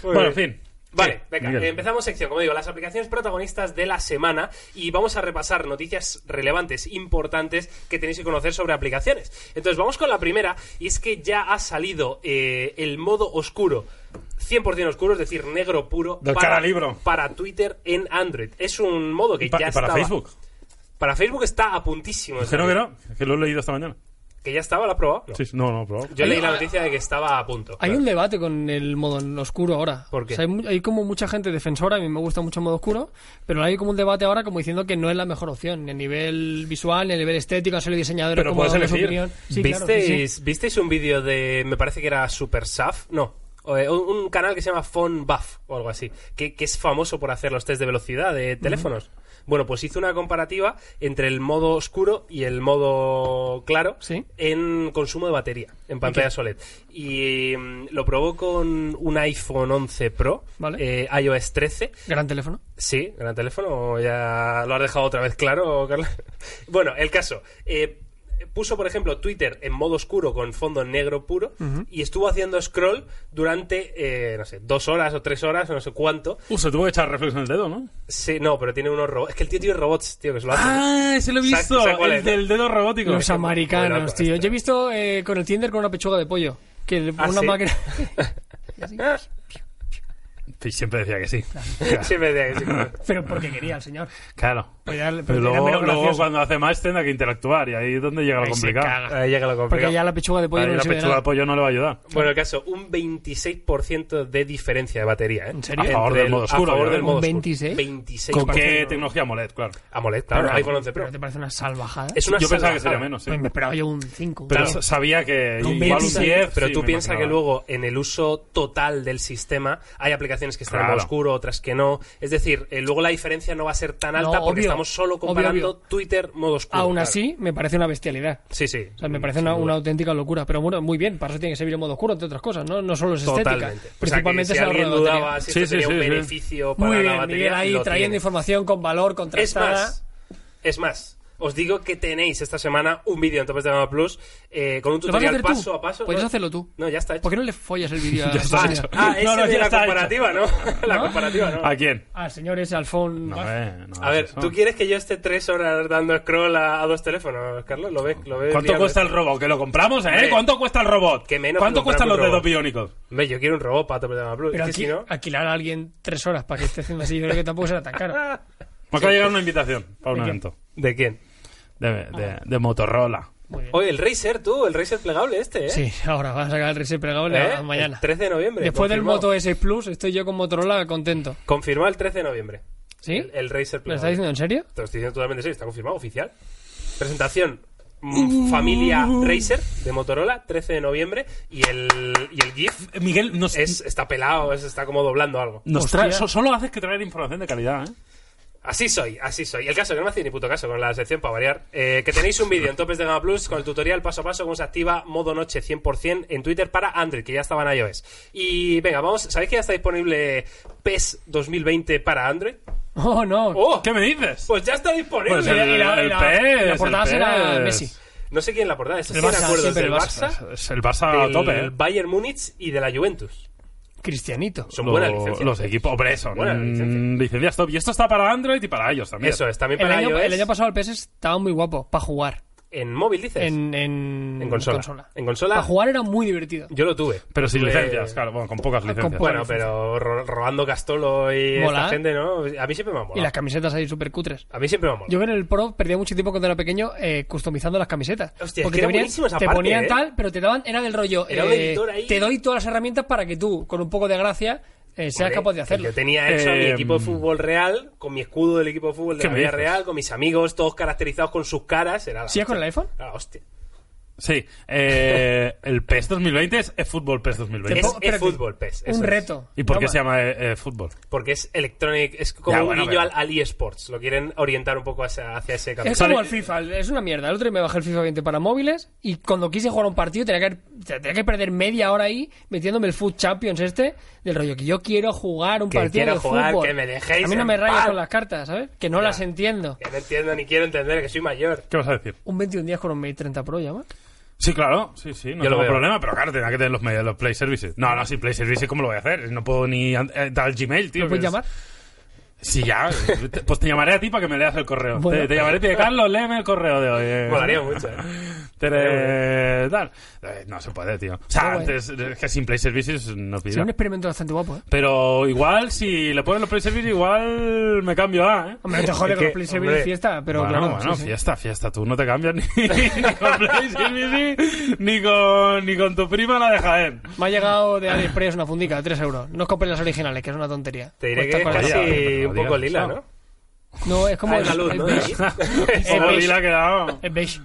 Speaker 3: Bueno, en fin.
Speaker 1: Vale,
Speaker 3: Sí,
Speaker 1: venga,
Speaker 3: Miguel.
Speaker 1: eh, empezamos sección, como digo, las aplicaciones protagonistas de la semana y vamos a repasar noticias relevantes, importantes que tenéis que conocer sobre aplicaciones. Entonces, vamos con la primera y es que ya ha salido eh, el modo oscuro, 100% oscuro, es decir, negro puro,
Speaker 3: Del cara libro.
Speaker 1: para Twitter en Android. Es un modo que
Speaker 3: Y pa-
Speaker 1: ya
Speaker 3: y para
Speaker 1: estaba-
Speaker 3: Facebook.
Speaker 1: Para Facebook está a puntísimo. de
Speaker 3: Que no, que
Speaker 1: salir.
Speaker 3: no. Que lo he leído esta mañana.
Speaker 1: ¿Que ya estaba, ¿lo has probado? No.
Speaker 3: Sí, sí, no, no, pero.
Speaker 1: Yo leí la noticia de que estaba a punto.
Speaker 2: Hay un debate con el modo en oscuro ahora.
Speaker 1: ¿Por qué?
Speaker 2: O sea, hay, mu- hay como mucha gente defensora, a mí me gusta mucho el modo oscuro, pero hay como un debate ahora como diciendo que no es la mejor opción, ni a nivel visual, ni a nivel estético, a ser diseñador,
Speaker 3: Pero
Speaker 2: como
Speaker 3: puedes
Speaker 2: dando su
Speaker 3: elegir.
Speaker 2: opinión. Sí, claro, sí, sí.
Speaker 1: ¿Visteis, ¿Visteis un vídeo de, me parece que era Super Saf? No, o, eh, un, un canal que se llama Phone Buff o algo así, que, que es famoso por hacer los test de velocidad de teléfonos. Bueno, pues hizo una comparativa entre el modo oscuro y el modo claro
Speaker 2: Sí.
Speaker 1: en consumo de batería, en pantalla OLED. Y mm, lo probó con un iPhone 11 Pro,
Speaker 2: Vale.
Speaker 1: eh, iOS 13,
Speaker 2: Gran teléfono.
Speaker 1: Sí, gran teléfono. Ya lo has dejado otra vez claro, Carla. [LAUGHS] Bueno, el caso. Eh, puso, por ejemplo, Twitter en modo oscuro con fondo negro puro y estuvo haciendo scroll durante, eh, no sé, dos horas o tres horas, no sé cuánto.
Speaker 3: Uh, se tuvo que echar reflex en el dedo, ¿no?
Speaker 1: Sí, no, pero tiene unos robots. Es que el tío tiene robots, tío, que se lo hacen.
Speaker 3: Ah, ese lo he
Speaker 1: Sa-
Speaker 3: visto.
Speaker 1: sa- cuál
Speaker 3: el
Speaker 1: es,
Speaker 3: del dedo robótico.
Speaker 2: Los americanos,
Speaker 1: Bueno,
Speaker 2: tío.
Speaker 1: este.
Speaker 2: Yo he visto eh, con el Tinder con una pechuga de pollo. Que le-
Speaker 1: ¿Ah,
Speaker 2: una
Speaker 1: sí?
Speaker 3: [LAUGHS]
Speaker 2: máquina. [LAUGHS]
Speaker 3: Sí, siempre decía que sí.
Speaker 1: Ah. Sí, me decía que sí.
Speaker 2: [LAUGHS] pero porque quería el señor.
Speaker 3: Claro.
Speaker 2: Podía-
Speaker 3: Pero
Speaker 2: era
Speaker 3: luego,
Speaker 2: menos
Speaker 3: luego
Speaker 2: gracioso.
Speaker 3: cuando hace más tendrá que interactuar y ahí es donde llega lo
Speaker 2: Ahí se
Speaker 3: complicado.
Speaker 2: caga.
Speaker 1: Ahí ya que lo complicado.
Speaker 2: Porque ya la pechuga de pollo
Speaker 3: Ahí
Speaker 2: no le
Speaker 3: la
Speaker 2: sirve de
Speaker 3: pechuga
Speaker 2: nada.
Speaker 3: de pollo no le va a ayudar.
Speaker 1: Bueno, el caso, un 26% de diferencia de batería, ¿eh?
Speaker 2: ¿En serio? A
Speaker 1: Entre
Speaker 3: favor del
Speaker 1: el-
Speaker 3: modo oscuro,
Speaker 1: A favor
Speaker 3: ¿eh?
Speaker 1: del modo
Speaker 2: ¿Un
Speaker 1: oscuro.
Speaker 2: 26?
Speaker 1: 26%.
Speaker 3: ¿Con qué tecnología AMOLED? Claro.
Speaker 1: AMOLED, claro,
Speaker 3: Claro.
Speaker 1: Ah, iPhone 11 Pro.
Speaker 2: Pero te parece una salvajada.
Speaker 1: Es una
Speaker 3: Yo pensaba que
Speaker 1: salvajada.
Speaker 3: sería menos, sí.
Speaker 2: Pues me esperaba yo un 5.
Speaker 3: Pero sa- sabía que
Speaker 2: Con
Speaker 3: igual un
Speaker 2: 26,
Speaker 3: 10,
Speaker 1: Pero
Speaker 3: sí,
Speaker 1: tú
Speaker 3: me
Speaker 1: piensas que
Speaker 3: imaginaba.
Speaker 1: luego en el uso total del sistema hay aplicaciones que están en
Speaker 3: Claro.
Speaker 1: modo oscuro, otras que no. Es decir, eh, luego la diferencia no va a ser tan alta
Speaker 2: No,
Speaker 1: porque
Speaker 2: obvio.
Speaker 1: estamos solo
Speaker 2: Obvio,
Speaker 1: comparando
Speaker 2: obvio.
Speaker 1: Twitter modo oscuro.
Speaker 2: Aún
Speaker 1: claro.
Speaker 2: así, me parece una bestialidad.
Speaker 1: Sí, sí.
Speaker 2: O sea, me parece una, una auténtica locura. Pero bueno, muy bien, para eso tiene que servir el modo oscuro, entre otras cosas, ¿no? No solo es
Speaker 1: Totalmente.
Speaker 2: estética.
Speaker 1: O sea, que si
Speaker 2: Principalmente es ahorro
Speaker 1: alguien
Speaker 2: de batería.
Speaker 1: dudaba si
Speaker 3: Sí,
Speaker 1: esto
Speaker 3: sí,
Speaker 1: tenía un
Speaker 3: sí, sí.
Speaker 1: beneficio para
Speaker 2: Muy
Speaker 1: la
Speaker 2: bien,
Speaker 1: batería,
Speaker 2: Miguel ahí
Speaker 1: lo
Speaker 2: trayendo
Speaker 1: tiene.
Speaker 2: información con valor,
Speaker 1: Es
Speaker 2: contrastada.
Speaker 1: más, es más, os digo que tenéis esta semana un vídeo en Topes de Gama Plus eh, con un
Speaker 2: ¿Lo vas a
Speaker 1: tutorial
Speaker 2: hacer
Speaker 1: paso
Speaker 2: tú?
Speaker 1: a paso.
Speaker 2: Podrías
Speaker 1: ¿no?
Speaker 2: hacerlo tú.
Speaker 1: No, ya está hecho.
Speaker 2: ¿Por qué no le follas el vídeo
Speaker 1: [LAUGHS]
Speaker 2: a-
Speaker 3: Ya está
Speaker 2: Ah,
Speaker 3: hecho.
Speaker 1: Ah, ese
Speaker 3: No, no,
Speaker 1: de
Speaker 3: ya
Speaker 1: la
Speaker 3: está hecho.
Speaker 1: comparativa, ¿no? [LAUGHS] la comparativa, ¿no?
Speaker 3: ¿A quién?
Speaker 2: Al señor ese Alfon.
Speaker 3: No, eh, no
Speaker 1: A ver,
Speaker 3: hagas eso.
Speaker 1: ¿tú quieres que yo esté tres horas dando scroll a, a dos teléfonos, Carlos? ¿Lo ves? ¿Lo ves
Speaker 3: ¿Cuánto
Speaker 1: liando
Speaker 3: cuesta el
Speaker 1: esto?
Speaker 3: robot? ¿Que lo compramos, eh?
Speaker 1: Hombre,
Speaker 3: ¿Cuánto cuesta el robot?
Speaker 1: que menos
Speaker 3: ¿Cuánto
Speaker 1: que
Speaker 3: cuestan
Speaker 1: comprar
Speaker 3: los
Speaker 1: un
Speaker 3: dedos
Speaker 1: robot.
Speaker 3: biónicos?
Speaker 1: Hombre, yo quiero un robot para Topes de Gama Plus.
Speaker 2: Pero
Speaker 1: es que
Speaker 2: aquí-
Speaker 1: si no...
Speaker 2: alquilar a alguien tres horas para que esté haciendo así, yo creo que tampoco será tan caro.
Speaker 3: Me acaba de llegar una invitación para un
Speaker 2: ¿De qué? Ah.
Speaker 3: evento.
Speaker 1: Ah. ¿De quién?
Speaker 3: De, de- de Motorola.
Speaker 2: Muy bien.
Speaker 1: Oye, el Razer, tú, el Razer plegable este, ¿eh?
Speaker 2: Sí, ahora vas a sacar el reset plegable
Speaker 1: ¿Eh?
Speaker 2: a- mañana.
Speaker 1: El 13 de noviembre.
Speaker 2: Después del
Speaker 1: confirmado.
Speaker 2: Moto S Plus, estoy yo con Motorola contento.
Speaker 1: Confirmado el 13 de noviembre.
Speaker 2: ¿Sí?
Speaker 1: El, el Razer
Speaker 2: ¿Me
Speaker 1: plegable.
Speaker 2: estás diciendo en serio? [LAUGHS]
Speaker 1: Te lo estoy diciendo totalmente serio, está confirmado, oficial. Presentación. mm, Familia Razer de Motorola, 13 de noviembre. Y el, y el GIF
Speaker 3: Eh, Miguel, nos,
Speaker 1: es, está pelado, es- está como doblando algo.
Speaker 3: nos
Speaker 2: Hostia.
Speaker 3: trae- so- solo haces que traer información de calidad, ¿eh?
Speaker 1: Así soy, así soy. El caso que no me hace ni puto caso con la sección para variar. Eh, que tenéis un vídeo en Topes de Gama Plus con el tutorial paso a paso cómo se activa modo noche 100% en Twitter para Android, que ya estaba en iOS. Y venga, vamos, ¿sabéis que ya está disponible PES 2020 para Android?
Speaker 2: Oh, no.
Speaker 1: ¡Oh!
Speaker 3: ¿Qué me dices?
Speaker 1: Pues ya está disponible.
Speaker 3: Pues
Speaker 2: Y la- y la- y la-
Speaker 3: El
Speaker 2: y la
Speaker 3: PES,
Speaker 2: portada
Speaker 3: el
Speaker 2: será
Speaker 3: PES.
Speaker 2: Messi.
Speaker 1: No sé quién la portada. Esto
Speaker 2: El
Speaker 1: sí me
Speaker 2: Barça,
Speaker 1: acuerdo.
Speaker 2: siempre
Speaker 1: del
Speaker 2: el Barça.
Speaker 1: Barça,
Speaker 3: Pues Es el Barça a
Speaker 1: del
Speaker 3: tope, ¿eh?
Speaker 1: Bayern Múnich y de la Juventus.
Speaker 2: Cristianito.
Speaker 1: Son
Speaker 3: Lo-
Speaker 1: buenas licencias.
Speaker 3: Los equipos, hombre, son mm,
Speaker 1: Buenas licencias.
Speaker 3: licencias top. Y esto está para Android y para ellos también.
Speaker 1: Eso es, también
Speaker 2: El
Speaker 1: para
Speaker 2: año,
Speaker 1: iOS,
Speaker 2: el año pasado el PS estaba muy guapo para jugar.
Speaker 1: en móvil, dices.
Speaker 2: En, en,
Speaker 1: En consola. En consola-
Speaker 2: Para jugar era muy divertido.
Speaker 1: Yo lo tuve. Pues,
Speaker 3: Pero sin
Speaker 1: Tuve-
Speaker 3: licencias, claro, bueno, con pocas licencias.
Speaker 2: po-
Speaker 1: Bueno, pero Ro- Rolando Castolo y
Speaker 2: Mola.
Speaker 1: esta gente, ¿no? A mí siempre me ha
Speaker 2: Y
Speaker 1: molado.
Speaker 2: las camisetas ahí súper cutres.
Speaker 1: A mí siempre me ha molado.
Speaker 2: Yo en el Pro perdía mucho tiempo cuando era pequeño eh, customizando las camisetas.
Speaker 1: Hostia, es que
Speaker 2: porque
Speaker 1: era
Speaker 2: te, venían-
Speaker 1: buenísimo esa
Speaker 2: te
Speaker 1: parte,
Speaker 2: ponían
Speaker 1: ¿eh?
Speaker 2: tal, pero te daban, era del rollo.
Speaker 1: Era un
Speaker 2: eh,
Speaker 1: editor ahí.
Speaker 2: Te doy todas las herramientas para que tú, con un poco de gracia, eh, seas
Speaker 1: Hombre,
Speaker 2: capaz de hacerlo.
Speaker 1: Yo tenía hecho a mi
Speaker 3: Eh,
Speaker 1: equipo de fútbol real, con mi escudo del equipo de fútbol de
Speaker 3: ¿Qué
Speaker 1: la
Speaker 3: me
Speaker 1: vida
Speaker 3: dices?
Speaker 1: real, con mis amigos, todos caracterizados con sus caras. Era la
Speaker 2: ¿Sigues con el
Speaker 1: hostia.
Speaker 2: iPhone?
Speaker 1: Era la hostia.
Speaker 3: Sí, eh, el PES 2020 es eFootball PES 2020.
Speaker 2: Te
Speaker 1: Es,
Speaker 2: pongo- espérate.
Speaker 1: fútbol, PES. eso
Speaker 2: un
Speaker 1: es.
Speaker 2: reto.
Speaker 3: ¿Y por qué
Speaker 2: Toma.
Speaker 3: se llama eh, eh, fútbol?
Speaker 1: Porque es electronic, es como
Speaker 3: Ya,
Speaker 1: un
Speaker 3: bueno,
Speaker 1: guiño
Speaker 3: pero-
Speaker 1: al, al eSports. Lo quieren orientar un poco hacia, hacia ese camino.
Speaker 2: Es
Speaker 3: Sale-
Speaker 2: como el FIFA, es una mierda. El otro día me bajé el FIFA 20 para móviles y cuando quise jugar un partido tenía que, tenía que perder media hora ahí metiéndome el Food Champions este del rollo que yo quiero jugar un
Speaker 1: Que
Speaker 2: partido
Speaker 1: quiero
Speaker 2: de
Speaker 1: jugar,
Speaker 2: fútbol.
Speaker 1: que me dejéis
Speaker 2: A mí no
Speaker 1: en
Speaker 2: me rayas
Speaker 1: paz.
Speaker 2: con las cartas, ¿sabes? Que no
Speaker 1: Ya.
Speaker 2: las entiendo.
Speaker 1: Que no entiendo ni quiero entender, que soy mayor.
Speaker 3: ¿Qué vas a decir?
Speaker 2: Un 21 días con un Mate 30 Pro, llama.
Speaker 3: Sí, claro, sí, sí, no
Speaker 1: Yo lo
Speaker 3: tengo
Speaker 1: veo.
Speaker 3: problema, pero claro, tenía que tener los, medios, los Play Services. No, no, sin Play Services, ¿cómo lo voy a hacer? No puedo ni an- eh, dar el Gmail, tío.
Speaker 2: ¿Lo
Speaker 3: que
Speaker 2: puedes
Speaker 3: es-
Speaker 2: llamar?
Speaker 3: Sí, ya. eh, te- Pues te llamaré a ti para que me leas el correo.
Speaker 2: Bueno.
Speaker 3: Te, te llamaré a ti de Carlos, léeme el correo de hoy. eh.
Speaker 1: Molaría mucho, ¿eh?
Speaker 3: Tere- tal. Eh, No se puede, tío. O sea,
Speaker 2: Pero bueno.
Speaker 3: antes, eh, que sin Play Services no
Speaker 2: Es un
Speaker 3: pide.
Speaker 2: experimento bastante guapo, ¿eh?
Speaker 3: Pero igual, si le ponen los Play Services, igual me cambio a, ¿eh?
Speaker 2: Hombre, no te jode
Speaker 1: Es
Speaker 2: con
Speaker 1: que,
Speaker 2: los Play Service
Speaker 1: hombre,
Speaker 2: fiesta, pero
Speaker 3: bueno,
Speaker 2: claro.
Speaker 3: bueno,
Speaker 2: sí, sí.
Speaker 3: fiesta, fiesta. Tú no te cambias ni, [LAUGHS] ni con Play Services, ni con, ni con tu prima la de Jaén.
Speaker 2: Me ha llegado de AliExpress una fundica de 3 euros. No os compréis las originales, que es una tontería.
Speaker 1: Te diré que
Speaker 2: Cuesta
Speaker 1: es
Speaker 2: cualquier cosa.
Speaker 1: casi
Speaker 3: cosa.
Speaker 1: un poco lila, ¿no?
Speaker 2: No, es como
Speaker 1: Ah,
Speaker 2: el,
Speaker 1: es la luz,
Speaker 2: el
Speaker 1: ¿no?
Speaker 2: beige.
Speaker 1: Es
Speaker 2: Eh,
Speaker 3: Como
Speaker 2: veis.
Speaker 3: Lila ha quedado.
Speaker 2: El beige.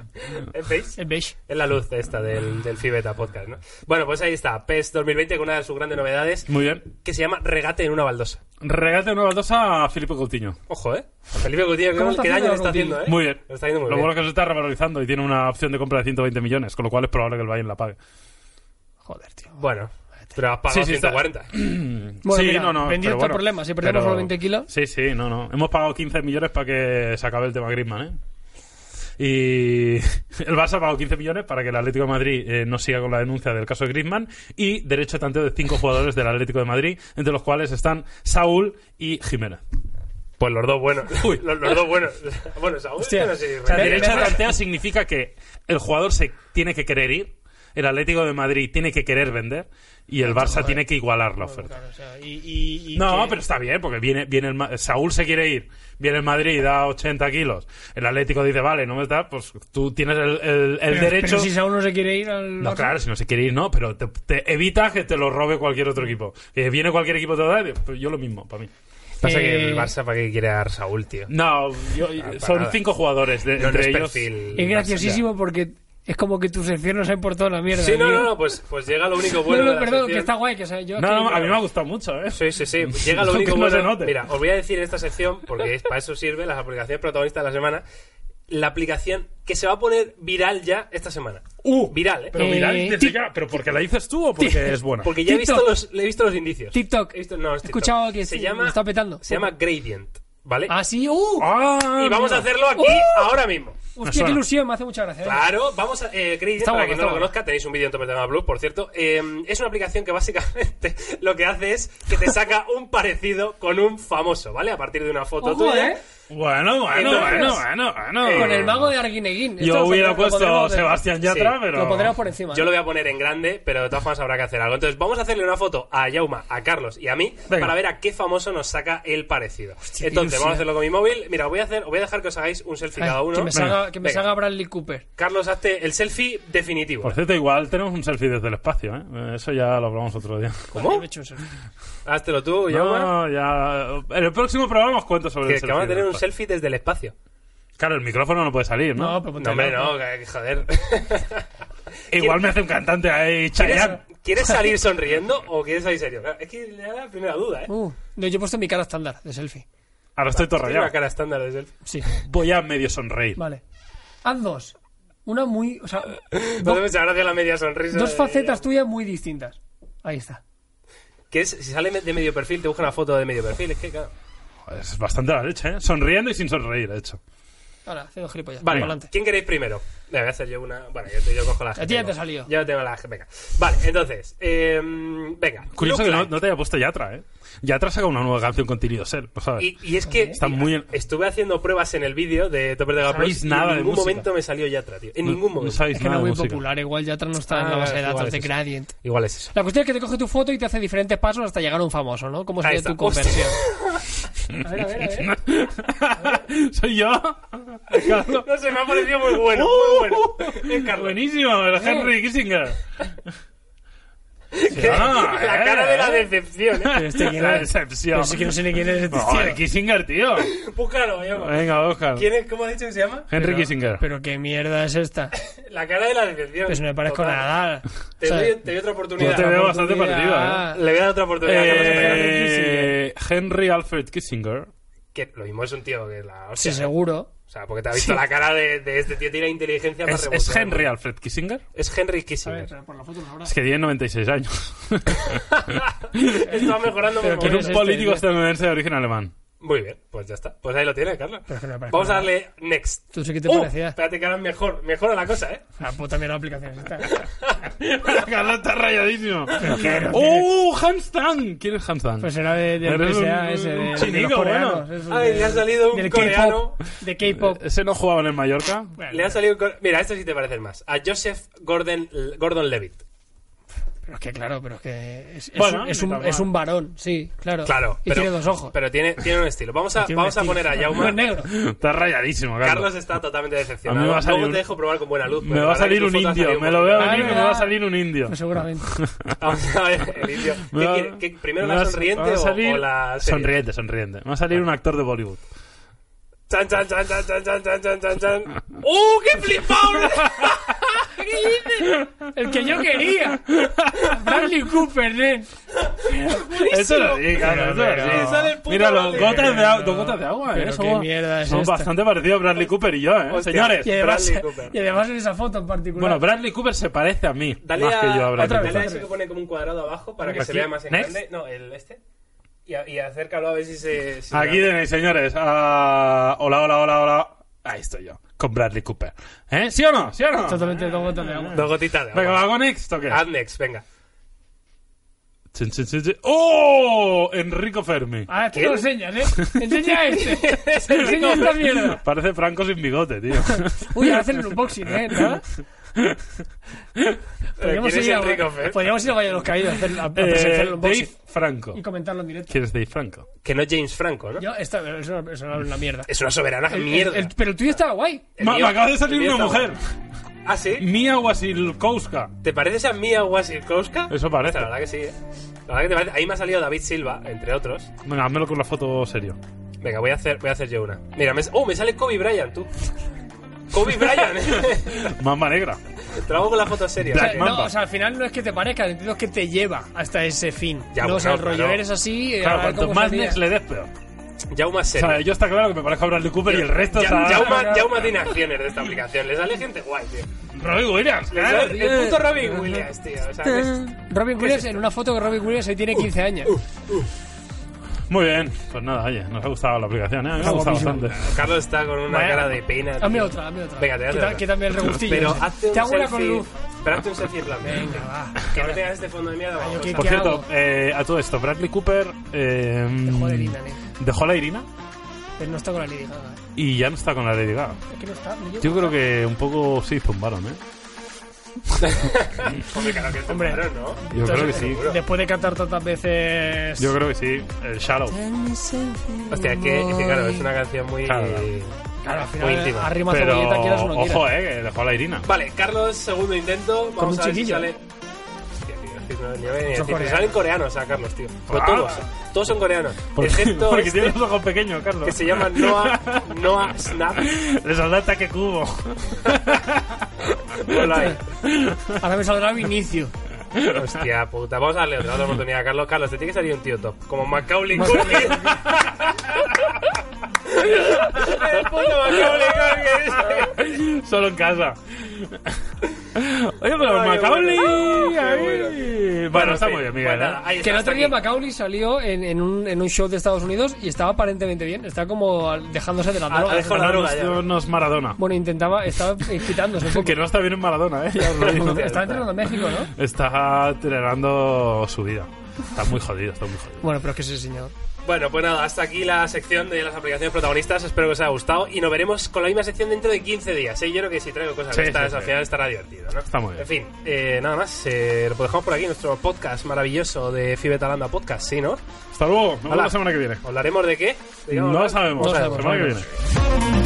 Speaker 1: ¿Veis?
Speaker 2: El beige.
Speaker 1: [LAUGHS] Es la luz esta del, del Fibeta Podcast, ¿no? Bueno, pues ahí está, PES 2020 con una de sus grandes novedades
Speaker 3: Muy bien.
Speaker 1: que se llama Regate en una baldosa.
Speaker 3: Regate una baldosa a Felipe Coutinho.
Speaker 1: Ojo, ¿eh? A Felipe
Speaker 2: ¿Cómo
Speaker 1: Coutinho,
Speaker 2: está
Speaker 1: ¿qué daño
Speaker 2: haciendo
Speaker 1: le está
Speaker 2: Coutinho?
Speaker 1: haciendo, eh?
Speaker 3: Muy bien.
Speaker 1: Lo está haciendo muy
Speaker 3: Lo
Speaker 1: bien.
Speaker 3: bueno es que se está revalorizando y tiene una opción de compra de 120 millones, con lo cual es probable que el Bayern la pague.
Speaker 2: Joder, tío.
Speaker 1: Bueno, pero has pagado
Speaker 3: Sí, sí, está-
Speaker 1: 140.
Speaker 2: Bueno,
Speaker 3: sí,
Speaker 2: mira,
Speaker 3: no, no.
Speaker 2: vendiendo todo
Speaker 3: pero bueno.
Speaker 2: el problema, si perdemos
Speaker 3: Pero-
Speaker 2: los 20 kilos.
Speaker 3: Sí, sí, no, no. Hemos pagado 15 millones para que se acabe el tema Griezmann, ¿eh? Y [LAUGHS] el Barça ha pagado 15 millones para que el Atlético de Madrid eh, no siga con la denuncia del caso de Griezmann y derecho de tanteo de cinco jugadores del Atlético de Madrid, entre los cuales están Saúl y Jiménez.
Speaker 1: Pues los dos buenos.
Speaker 3: Uy.
Speaker 1: Los, los dos buenos. [LAUGHS] Bueno, Saúl, yo no sé.
Speaker 3: O sea,
Speaker 1: realmente-
Speaker 3: derecho de tanteo significa que el jugador se tiene que querer ir, el Atlético de Madrid tiene que querer vender y el Barça tiene que igualar la oferta.
Speaker 2: Claro, o sea, y, y- y
Speaker 3: No,
Speaker 2: que-
Speaker 3: pero está bien, porque viene, viene el Ma- Saúl se quiere ir, viene el Madrid, da 80 kilos, el Atlético dice, vale, no me da, pues tú tienes el, el- el
Speaker 2: pero-
Speaker 3: derecho...
Speaker 2: Pero si Saúl no se quiere ir al.
Speaker 3: No,
Speaker 2: Barça.
Speaker 3: claro, si no se quiere ir, no, pero te, te evita que te lo robe cualquier otro equipo. Que viene cualquier equipo te lo da, y pues yo lo mismo, para mí.
Speaker 1: Pasa que
Speaker 2: Eh,
Speaker 1: el Barça, ¿para qué quiere a Saúl, tío?
Speaker 3: No, yo-
Speaker 1: para
Speaker 3: son
Speaker 1: nada.
Speaker 3: cinco jugadores, de,
Speaker 1: No, no
Speaker 3: entre
Speaker 1: es
Speaker 3: ellos...
Speaker 1: perfil.
Speaker 2: Es graciosísimo porque es como que tu sección nos ha importado la mierda.
Speaker 1: Sí, no,
Speaker 2: tío.
Speaker 1: no, no, pues, pues llega lo único
Speaker 2: No,
Speaker 1: bueno.
Speaker 2: no,
Speaker 1: de la
Speaker 2: perdón,
Speaker 1: sección.
Speaker 2: que está guay. Que, o sea, yo
Speaker 3: No,
Speaker 2: aquí-
Speaker 3: no, a mí me ha gustado mucho, ¿eh?
Speaker 1: Sí, sí, sí.
Speaker 2: [LAUGHS]
Speaker 1: Llega lo único
Speaker 3: Aunque no se
Speaker 1: bueno.
Speaker 3: note.
Speaker 1: Mira, os voy a decir en esta sección, porque es, para eso sirve las aplicaciones protagonistas de la semana. La aplicación que se va a poner viral ya esta semana.
Speaker 3: Uh,
Speaker 1: Viral, ¿eh?
Speaker 3: Pero
Speaker 2: Eh,
Speaker 3: viral desde
Speaker 2: tic-
Speaker 3: ya, pero porque la dices tú o porque es buena.
Speaker 1: Porque ya he visto,
Speaker 2: TikTok.
Speaker 1: los, le he visto los indicios.
Speaker 2: TikTok.
Speaker 1: He visto- no, es
Speaker 2: He escuchado que
Speaker 1: se
Speaker 2: sí,
Speaker 1: llama,
Speaker 2: me está petando.
Speaker 1: Se llama Gradient, ¿vale?
Speaker 2: Ah, sí, ¡uh!
Speaker 3: Ah,
Speaker 1: y vamos
Speaker 3: mira.
Speaker 1: a hacerlo aquí
Speaker 2: ¡Uh!
Speaker 1: ahora mismo.
Speaker 2: Hostia,
Speaker 3: suena.
Speaker 2: qué ilusión, me hace mucha gracia. ¿eh?
Speaker 1: Claro, vamos a. Eh, Gradient,
Speaker 2: Está
Speaker 1: para
Speaker 2: guapo,
Speaker 1: quien no
Speaker 2: está
Speaker 1: lo
Speaker 2: guapo.
Speaker 1: conozca, tenéis un vídeo en Topetama Blue, por cierto. Eh, es una aplicación que básicamente [LAUGHS] lo que hace es que te saca un parecido con un famoso, ¿vale? A partir de una foto
Speaker 2: Ojo,
Speaker 1: tuya.
Speaker 2: ¿eh?
Speaker 3: Bueno, bueno, bueno,
Speaker 1: Entonces, Eh,
Speaker 3: bueno, bueno.
Speaker 2: Con el mago de Arguineguín. Esto
Speaker 3: Yo
Speaker 2: lo
Speaker 3: hubiera
Speaker 2: pondremos- lo
Speaker 3: puesto
Speaker 2: pondremos de-
Speaker 3: Sebastián Yatra,
Speaker 1: Sí,
Speaker 3: pero.
Speaker 2: Lo pondremos por encima. eh.
Speaker 1: Yo lo voy a poner en grande, pero de todas formas habrá que hacer algo. Entonces, vamos a hacerle una foto a Yauma, a Carlos y a mí
Speaker 3: Venga.
Speaker 1: para ver a qué famoso nos saca el parecido.
Speaker 2: qué
Speaker 1: Entonces,
Speaker 2: ilusión.
Speaker 1: vamos a hacerlo con mi móvil. Mira, os voy a hacer, os voy a dejar que os hagáis un selfie
Speaker 2: Ay,
Speaker 1: cada uno.
Speaker 2: Eh, Que me salga, que me
Speaker 1: Venga.
Speaker 2: salga Bradley Cooper.
Speaker 1: Carlos, hazte el selfie definitivo.
Speaker 3: Por cierto, igual tenemos un selfie desde el espacio, ¿eh? ¿eh? Eso ya lo hablamos otro día.
Speaker 1: ¿Cómo?
Speaker 2: Me he hecho un selfie.
Speaker 1: Háztelo tú, Yauma.
Speaker 3: No, ya. En el próximo programa os cuento sobre
Speaker 1: Pues que, que
Speaker 3: el selfie.
Speaker 1: vamos a tener
Speaker 3: del
Speaker 1: un
Speaker 3: espacio.
Speaker 1: selfie desde el espacio.
Speaker 3: Claro, el micrófono no puede salir, ¿no?
Speaker 2: No, pero ponte
Speaker 1: No, hombre,
Speaker 2: loco.
Speaker 1: no, que- que
Speaker 2: [LAUGHS]
Speaker 1: joder.
Speaker 3: igual me hace un cantante ahí,
Speaker 1: ¿Quieres,
Speaker 3: Chayanne.
Speaker 2: [LAUGHS]
Speaker 1: quieres salir sonriendo o quieres salir serio? Claro, Es que era la primera duda, ¿eh?
Speaker 2: Uh, no, yo he puesto mi cara estándar de selfie.
Speaker 3: Ahora estoy todo
Speaker 1: Tiene una
Speaker 3: rayado.
Speaker 1: cara estándar de selfie.
Speaker 2: Sí,
Speaker 3: Voy a medio sonreír.
Speaker 2: vale. Haz dos. Una muy. O sea,
Speaker 1: No te muchas gracias la media sonrisa.
Speaker 2: dos
Speaker 1: de-
Speaker 2: facetas tuyas muy distintas. Ahí está.
Speaker 1: Que es, si sale de medio perfil, te busca una foto de medio perfil. Es que, claro.
Speaker 3: es bastante la leche, ¿eh? Sonriendo y sin sonreír, de hecho.
Speaker 2: Ahora, haciendo gilipollas.
Speaker 3: Vale.
Speaker 2: Vamos adelante.
Speaker 1: ¿Quién queréis primero? Me voy a hacer yo una. Bueno, yo, te- yo cojo la
Speaker 2: ti ya te
Speaker 1: tengo.
Speaker 2: salió.
Speaker 1: Yo tengo la Venga. Vale, entonces. eh, venga.
Speaker 3: Curioso
Speaker 1: Look
Speaker 3: que no,
Speaker 1: Like.
Speaker 3: no te haya puesto Yatra, ¿eh? Yatra saca una nueva canción con Tirido Ser, ¿lo sabes?
Speaker 1: Y, y es que
Speaker 3: Está
Speaker 1: mira,
Speaker 3: muy en-
Speaker 1: estuve haciendo pruebas en el vídeo de Topper de Gama
Speaker 3: sabéis
Speaker 1: Plus y
Speaker 3: nada de
Speaker 1: en ningún
Speaker 3: música.
Speaker 1: momento me salió Yatra, tío. En
Speaker 3: No-
Speaker 1: ningún
Speaker 3: No
Speaker 1: momento.
Speaker 3: sabéis
Speaker 2: Es que
Speaker 3: nada
Speaker 2: no
Speaker 3: de
Speaker 2: muy
Speaker 3: música.
Speaker 2: popular, igual Yatra no está en la
Speaker 1: Ah,
Speaker 2: base de datos
Speaker 1: igual es
Speaker 2: de
Speaker 1: eso.
Speaker 2: Gradient.
Speaker 1: Igual es
Speaker 3: [LAUGHS]
Speaker 1: eso.
Speaker 2: La cuestión es que te coge tu foto y te hace diferentes pasos hasta llegar a un famoso, ¿no? ¿Cómo
Speaker 1: Ahí
Speaker 2: sería
Speaker 1: está.
Speaker 2: tu conversión? A ver, a ver, a ver.
Speaker 3: [LAUGHS] ¿Soy yo? Carlos.
Speaker 1: No sé, me ha parecido muy bueno.
Speaker 3: [LAUGHS]
Speaker 1: Muy bueno. Es Carlos.
Speaker 3: Buenísimo, el Henry Kissinger. Sí, ah,
Speaker 1: [LAUGHS] la
Speaker 3: eh,
Speaker 1: cara de la
Speaker 3: eh.
Speaker 1: decepción.
Speaker 3: [LAUGHS]
Speaker 1: ¿eh?
Speaker 2: Pero este quién
Speaker 3: La
Speaker 2: es.
Speaker 3: decepción.
Speaker 2: Pero sí que no sé ni quién es este
Speaker 3: No, el
Speaker 2: tío.
Speaker 3: Kissinger, tío.
Speaker 1: Búscalo, yo.
Speaker 3: Venga, Oscar.
Speaker 1: ¿Quién es? ¿Cómo ha dicho que se llama?
Speaker 3: Henry
Speaker 2: Pero-
Speaker 3: Kissinger.
Speaker 2: Pero qué mierda es esta.
Speaker 1: La cara de la decepción.
Speaker 2: Pues no me parezco
Speaker 1: Total.
Speaker 2: nada.
Speaker 1: Te
Speaker 2: O sea,
Speaker 1: doy, te doy otra oportunidad.
Speaker 3: Yo te veo bastante
Speaker 2: oportunidad.
Speaker 3: parecido,
Speaker 1: Le voy a dar otra oportunidad. Carlos, espérate.
Speaker 3: Eh, Henry Alfred Kissinger.
Speaker 1: Que lo mismo es un tío que la
Speaker 2: Sí,
Speaker 1: hostia.
Speaker 2: seguro.
Speaker 1: O sea, porque te ha visto la cara de, de este tío, tiene inteligencia para
Speaker 3: ¿Es, es
Speaker 1: rebotear.
Speaker 3: Henry Alfred Kissinger?
Speaker 1: Es Henry Kissinger.
Speaker 2: por la foto no
Speaker 3: Es que tiene 96 años.
Speaker 1: [LAUGHS] Esto va mejorando
Speaker 2: Pero
Speaker 1: muy
Speaker 2: ¿quién
Speaker 1: bien.
Speaker 3: Era
Speaker 2: es
Speaker 3: un
Speaker 2: este?
Speaker 3: político estadounidense de origen alemán.
Speaker 1: Muy bien, pues ya está. Pues ahí lo tienes, Carlos.
Speaker 2: Pero es que no me parece
Speaker 1: Vamos a
Speaker 2: nada.
Speaker 1: darle next.
Speaker 2: ¿Tú sí que te
Speaker 1: Uh,
Speaker 2: parecía? Ah, pues
Speaker 1: espérate que ahora mejor, mejora la cosa, ¿eh?
Speaker 2: La puta mierda de aplicación esta.
Speaker 3: Carlos está rayadísimo.
Speaker 2: qué, no
Speaker 3: ¡Oh! ¡Hans Tang! ¿Quién es Hans Tang?
Speaker 2: Pues era de, del
Speaker 3: Eres un-
Speaker 2: PSA ese, de,
Speaker 3: un
Speaker 2: de los
Speaker 3: chinico,
Speaker 2: coreanos.
Speaker 3: bueno.
Speaker 2: esos
Speaker 1: Ay,
Speaker 2: de-
Speaker 1: le ha salido un
Speaker 2: del
Speaker 1: coreano.
Speaker 2: K-pop, De K-pop.
Speaker 3: ¿Ese no jugaba en el Mallorca?
Speaker 1: Le ha salido. con- Mira, esto sí te parece el más. A Joseph Gordon, Gordon Levitt.
Speaker 2: Pero es que claro, pero es que es, es
Speaker 3: Bueno,
Speaker 2: un, es, un,
Speaker 3: ni tan
Speaker 2: es
Speaker 3: mal.
Speaker 2: un varón, sí, claro.
Speaker 1: Claro.
Speaker 2: Y
Speaker 1: pero,
Speaker 2: tiene dos ojos.
Speaker 1: Pero tiene, tiene un estilo. Vamos a,
Speaker 2: Tiene un
Speaker 1: vamos a
Speaker 2: estilo.
Speaker 1: poner a
Speaker 2: [LAUGHS] No
Speaker 1: Yauma.
Speaker 2: es negro.
Speaker 3: Está rayadísimo, Carlos.
Speaker 1: Carlos está totalmente decepcionado.
Speaker 3: A mí me va a salir
Speaker 1: Luego
Speaker 3: un-
Speaker 1: te dejo probar con buena luz.
Speaker 3: me
Speaker 1: porque
Speaker 3: va a
Speaker 1: la verdad
Speaker 3: salir
Speaker 1: que
Speaker 3: un
Speaker 1: tu foto ha
Speaker 3: indio.
Speaker 1: salido
Speaker 3: Me lo veo
Speaker 1: poquito-
Speaker 2: Ah,
Speaker 3: venir, me
Speaker 2: ¿verdad?
Speaker 3: va a salir un indio. [LAUGHS]
Speaker 2: Pues seguramente.
Speaker 1: Vamos [LAUGHS] a ver, el indio. ¿Qué
Speaker 3: Me va-
Speaker 1: quiere- qué- ¿Primero
Speaker 3: me
Speaker 1: la
Speaker 3: va a- me
Speaker 1: sonriente
Speaker 3: va a
Speaker 1: o-
Speaker 3: salir-
Speaker 1: o la seria?
Speaker 3: Sonriente, sonriente. Me va a salir un actor de Bollywood.
Speaker 1: Chan, chan, chan, chan, chan, chan, chan, chan, chan, chan. ¡Uh, qué
Speaker 3: [LAUGHS]
Speaker 1: flipado!
Speaker 2: El que
Speaker 1: [LAUGHS]
Speaker 2: yo quería. Bradley Cooper, ¿eh? nen.
Speaker 3: Eso lo sí,
Speaker 2: Pero,
Speaker 3: claro, eso lo
Speaker 2: pero-
Speaker 3: sí.
Speaker 2: Sí, sale
Speaker 1: el puto
Speaker 3: Mira, los
Speaker 1: Bradley.
Speaker 3: gotas de, agua,
Speaker 2: Pero-
Speaker 3: los gotas de agua,
Speaker 2: pero
Speaker 3: eh.
Speaker 2: qué
Speaker 3: Somos,
Speaker 2: mierda es
Speaker 3: somos
Speaker 2: esta.
Speaker 3: bastante parecidos Bradley Cooper y yo, eh.
Speaker 1: Hostia.
Speaker 3: Señores.
Speaker 2: Y además,
Speaker 1: Bradley Cooper.
Speaker 2: y además en esa foto en particular.
Speaker 3: Bueno, Bradley Cooper se parece a mí.
Speaker 1: Dale
Speaker 3: más
Speaker 1: a,
Speaker 3: que yo a Bradley
Speaker 2: otra
Speaker 1: dale
Speaker 2: vez,
Speaker 1: a
Speaker 3: Cooper.
Speaker 1: ese que pone como un cuadrado abajo para que se
Speaker 3: Aquí.
Speaker 1: vea más en
Speaker 3: Next.
Speaker 1: grande. No, el este. Y, a- y acércalo a ver si se... si
Speaker 3: Aquí
Speaker 1: se-
Speaker 3: tenéis, señores. Ah, hola, hola, hola, hola. Ahí estoy yo. Con Bradley Cooper. ¿Eh? ¿Sí o no? ¿Sí o no?
Speaker 2: Totalmente dos gotas de agua.
Speaker 1: Dos gotitas de agua.
Speaker 3: Venga, ¿lo hago next o qué?
Speaker 1: Haz next, venga.
Speaker 3: Chin, chin, chin, chin. ¡Oh! Enrico Fermi.
Speaker 2: Ah, tú lo enseñas, ¿eh? Enseña
Speaker 1: [LAUGHS]
Speaker 2: este. Enseña esta mierda.
Speaker 3: [LAUGHS] Parece Franco sin
Speaker 2: [LAUGHS]
Speaker 3: bigote, tío.
Speaker 2: Uy, ahora hacen el unboxing, ¿eh? ¿Nada? Podríamos
Speaker 1: ¿quién es
Speaker 2: ir, a,
Speaker 1: Enrique Ofer?
Speaker 2: podríamos ir a Valle de los Caídos a, hacer- a- a
Speaker 3: Eh,
Speaker 2: presenciar el unboxing
Speaker 3: Dave Franco.
Speaker 2: y comentarlo en directo.
Speaker 3: ¿Quién es Dave Franco?
Speaker 1: Que no James Franco, ¿no?
Speaker 2: Yo, esta, eso, eso era una mierda.
Speaker 1: Es una soberana
Speaker 2: El- el-
Speaker 1: mierda.
Speaker 2: el- pero el tuyo estaba guay.
Speaker 1: El
Speaker 3: Ma-
Speaker 1: mío-
Speaker 3: me acaba de
Speaker 1: el
Speaker 3: salir
Speaker 1: mío
Speaker 3: una
Speaker 1: está
Speaker 3: mujer.
Speaker 1: ¿Ah, sí?
Speaker 3: Mia Wasilkowska.
Speaker 1: ¿Te pareces a Mia Wasikowska?
Speaker 3: Eso parece.
Speaker 1: La verdad que sí, ¿eh? La verdad que te parece. Ahí me ha salido David Silva, entre otros.
Speaker 3: Venga, házmelo con la foto serio.
Speaker 1: Venga, voy a hacer, voy a hacer yo una. Mira, me, oh, me sale Kobe Bryant, tú. Kobe Bryant. [LAUGHS]
Speaker 3: Mamba negra.
Speaker 1: Trabajo con la foto seria.
Speaker 2: O sea,
Speaker 3: Black
Speaker 1: ¿eh?
Speaker 3: Mamba.
Speaker 2: no, o sea, al final no es que te parezca, entiendo es que te lleva hasta ese fin.
Speaker 1: Ya,
Speaker 2: no, o sea, el
Speaker 1: bueno,
Speaker 2: rollo
Speaker 1: claro.
Speaker 2: eres así.
Speaker 1: ah,
Speaker 2: eh,
Speaker 3: Claro,
Speaker 2: a ver
Speaker 3: cuanto
Speaker 2: cómo
Speaker 3: más
Speaker 2: salía.
Speaker 3: next le des, peor.
Speaker 1: Jauma
Speaker 3: O
Speaker 1: serio.
Speaker 3: sea, yo está claro que me parezco a Bradley Cooper y el resto
Speaker 1: Ya-
Speaker 3: está...
Speaker 1: Jauma, Jauma tiene acciones de esta aplicación. Le sale gente guay, tío.
Speaker 3: Robbie Williams.
Speaker 1: Le
Speaker 3: claro,
Speaker 1: sale
Speaker 3: tío.
Speaker 1: el puto Robin Williams, tío. O sea, que es- Uh,
Speaker 2: Robin Williams, en una foto que Robin Williams hoy tiene 15 años.
Speaker 3: Muy bien. Pues nada, oye, nos ha gustado la aplicación, ¿eh? A mí me ha
Speaker 2: Está
Speaker 3: gustado
Speaker 2: guapísimo.
Speaker 3: bastante.
Speaker 1: Carlos está con una
Speaker 2: Vaya.
Speaker 1: cara de pena. tío.
Speaker 2: Dame otra, dame otra.
Speaker 1: Venga, te voy a hacer
Speaker 2: Quita-
Speaker 1: otra.
Speaker 2: Quítame el regustillo.
Speaker 1: Pero
Speaker 2: ese.
Speaker 1: hazte un
Speaker 2: Te hago una con
Speaker 1: selfie-
Speaker 2: luz.
Speaker 1: Pero hazte un selfie en plan.
Speaker 2: Venga, va.
Speaker 1: Que no tengas este fondo de mierda. vamos,
Speaker 2: yo
Speaker 1: o sea,
Speaker 2: qué-
Speaker 3: Por
Speaker 2: ¿Qué
Speaker 3: cierto,
Speaker 2: hago?
Speaker 3: eh, a todo esto, Bradley Cooper... eh,
Speaker 2: Dejó de Irina, ¿eh?
Speaker 3: Dejó la Irina
Speaker 2: Pero no está con la Lady Gaga.
Speaker 3: y ya no está con la Lady Gaga.
Speaker 2: Es que no está. no
Speaker 3: Yo
Speaker 2: llego.
Speaker 3: creo que un poco sí zumbaron, ¿eh?
Speaker 1: Hombre, claro que es
Speaker 2: Hombre.
Speaker 1: temprano, ¿no?
Speaker 3: Yo creo que sí.
Speaker 1: seguro.
Speaker 2: Después de cantar tantas veces.
Speaker 3: Yo creo que sí. El Shallow.
Speaker 1: Hostia, es que, es que, claro, es una canción muy,
Speaker 3: Claro.
Speaker 2: Claro, al final,
Speaker 1: muy íntima.
Speaker 2: Arrima
Speaker 3: Pero
Speaker 2: cebolleta, quieras o no quieras.
Speaker 3: ojo, eh, que dejó la Irina.
Speaker 1: Vale, Carlos, segundo intento. Vamos
Speaker 2: un
Speaker 1: a ver si
Speaker 2: chiquillo.
Speaker 1: sale. Hostia, tío, es que no- ni voy a ni
Speaker 2: Son
Speaker 1: decir.
Speaker 2: coreanos.
Speaker 1: Salen coreanos a Carlos, tío. Pero
Speaker 3: Ah.
Speaker 1: todos, todos son coreanos.
Speaker 3: Porque,
Speaker 1: excepto
Speaker 3: [LAUGHS] porque
Speaker 1: este,
Speaker 3: tiene los ojos pequeños, Carlos.
Speaker 1: que se llama Noah, Noah Snap.
Speaker 3: Le saldrá ataque cubo.
Speaker 1: Ponlo ahí.
Speaker 2: Ahora me saldrá [LAUGHS] Vinicio.
Speaker 1: Hostia puta, vamos a darle otra, otra oportunidad a Carlos. Carlos, te tiene que salir un tío top, como Macaulay Culkin. El puto Macaulay Culkin.
Speaker 3: Solo en casa. Oye, pero
Speaker 1: Ay,
Speaker 3: Macaulay.
Speaker 1: bueno.
Speaker 3: ahí.
Speaker 1: Qué
Speaker 3: Bueno, está
Speaker 1: fin.
Speaker 3: muy bien,
Speaker 1: Pues
Speaker 3: Miguel,
Speaker 1: nada,
Speaker 3: ¿eh?
Speaker 1: ahí está,
Speaker 2: Que el
Speaker 1: hasta
Speaker 2: otro día
Speaker 1: aquí.
Speaker 2: Macaulay salió en, en un, en un show de Estados Unidos y estaba aparentemente bien. Estaba como al- dejándose de Ah, la
Speaker 1: Ha- ha
Speaker 2: droga.
Speaker 1: dejado la
Speaker 3: No,
Speaker 1: droga
Speaker 3: no,
Speaker 1: ya.
Speaker 3: no, no es Maradona.
Speaker 2: Bueno, intentaba, estaba [LAUGHS] eh, quitándose un poco.
Speaker 3: Que no está bien en Maradona, ¿eh? Ya os lo digo.
Speaker 2: Estaba entrenando en México, ¿no?
Speaker 3: Está entrenando su vida. Está muy jodido, está muy jodido.
Speaker 2: Bueno, pero es que ese señor.
Speaker 1: Bueno, pues nada, hasta aquí la sección de las aplicaciones protagonistas. Espero que os haya gustado y nos veremos con la misma sección dentro de 15 días. ¿eh? Yo creo que si traigo cosas
Speaker 3: Sí,
Speaker 1: de estas,
Speaker 3: sí, sí.
Speaker 1: al final estará divertido, ¿no?
Speaker 3: Está muy bien.
Speaker 1: En fin, eh, nada más. eh, lo dejamos por aquí, nuestro podcast maravilloso de Fibetalanda Podcast, ¿sí, no?
Speaker 3: Hasta luego, nos vemos
Speaker 1: Hola.
Speaker 3: la semana que viene.
Speaker 1: ¿Hablaremos de qué?
Speaker 3: No
Speaker 1: Digamos,
Speaker 3: lo sabemos,
Speaker 2: No lo
Speaker 3: la
Speaker 2: sabemos,
Speaker 3: semana
Speaker 2: no
Speaker 3: que
Speaker 2: lo
Speaker 3: viene.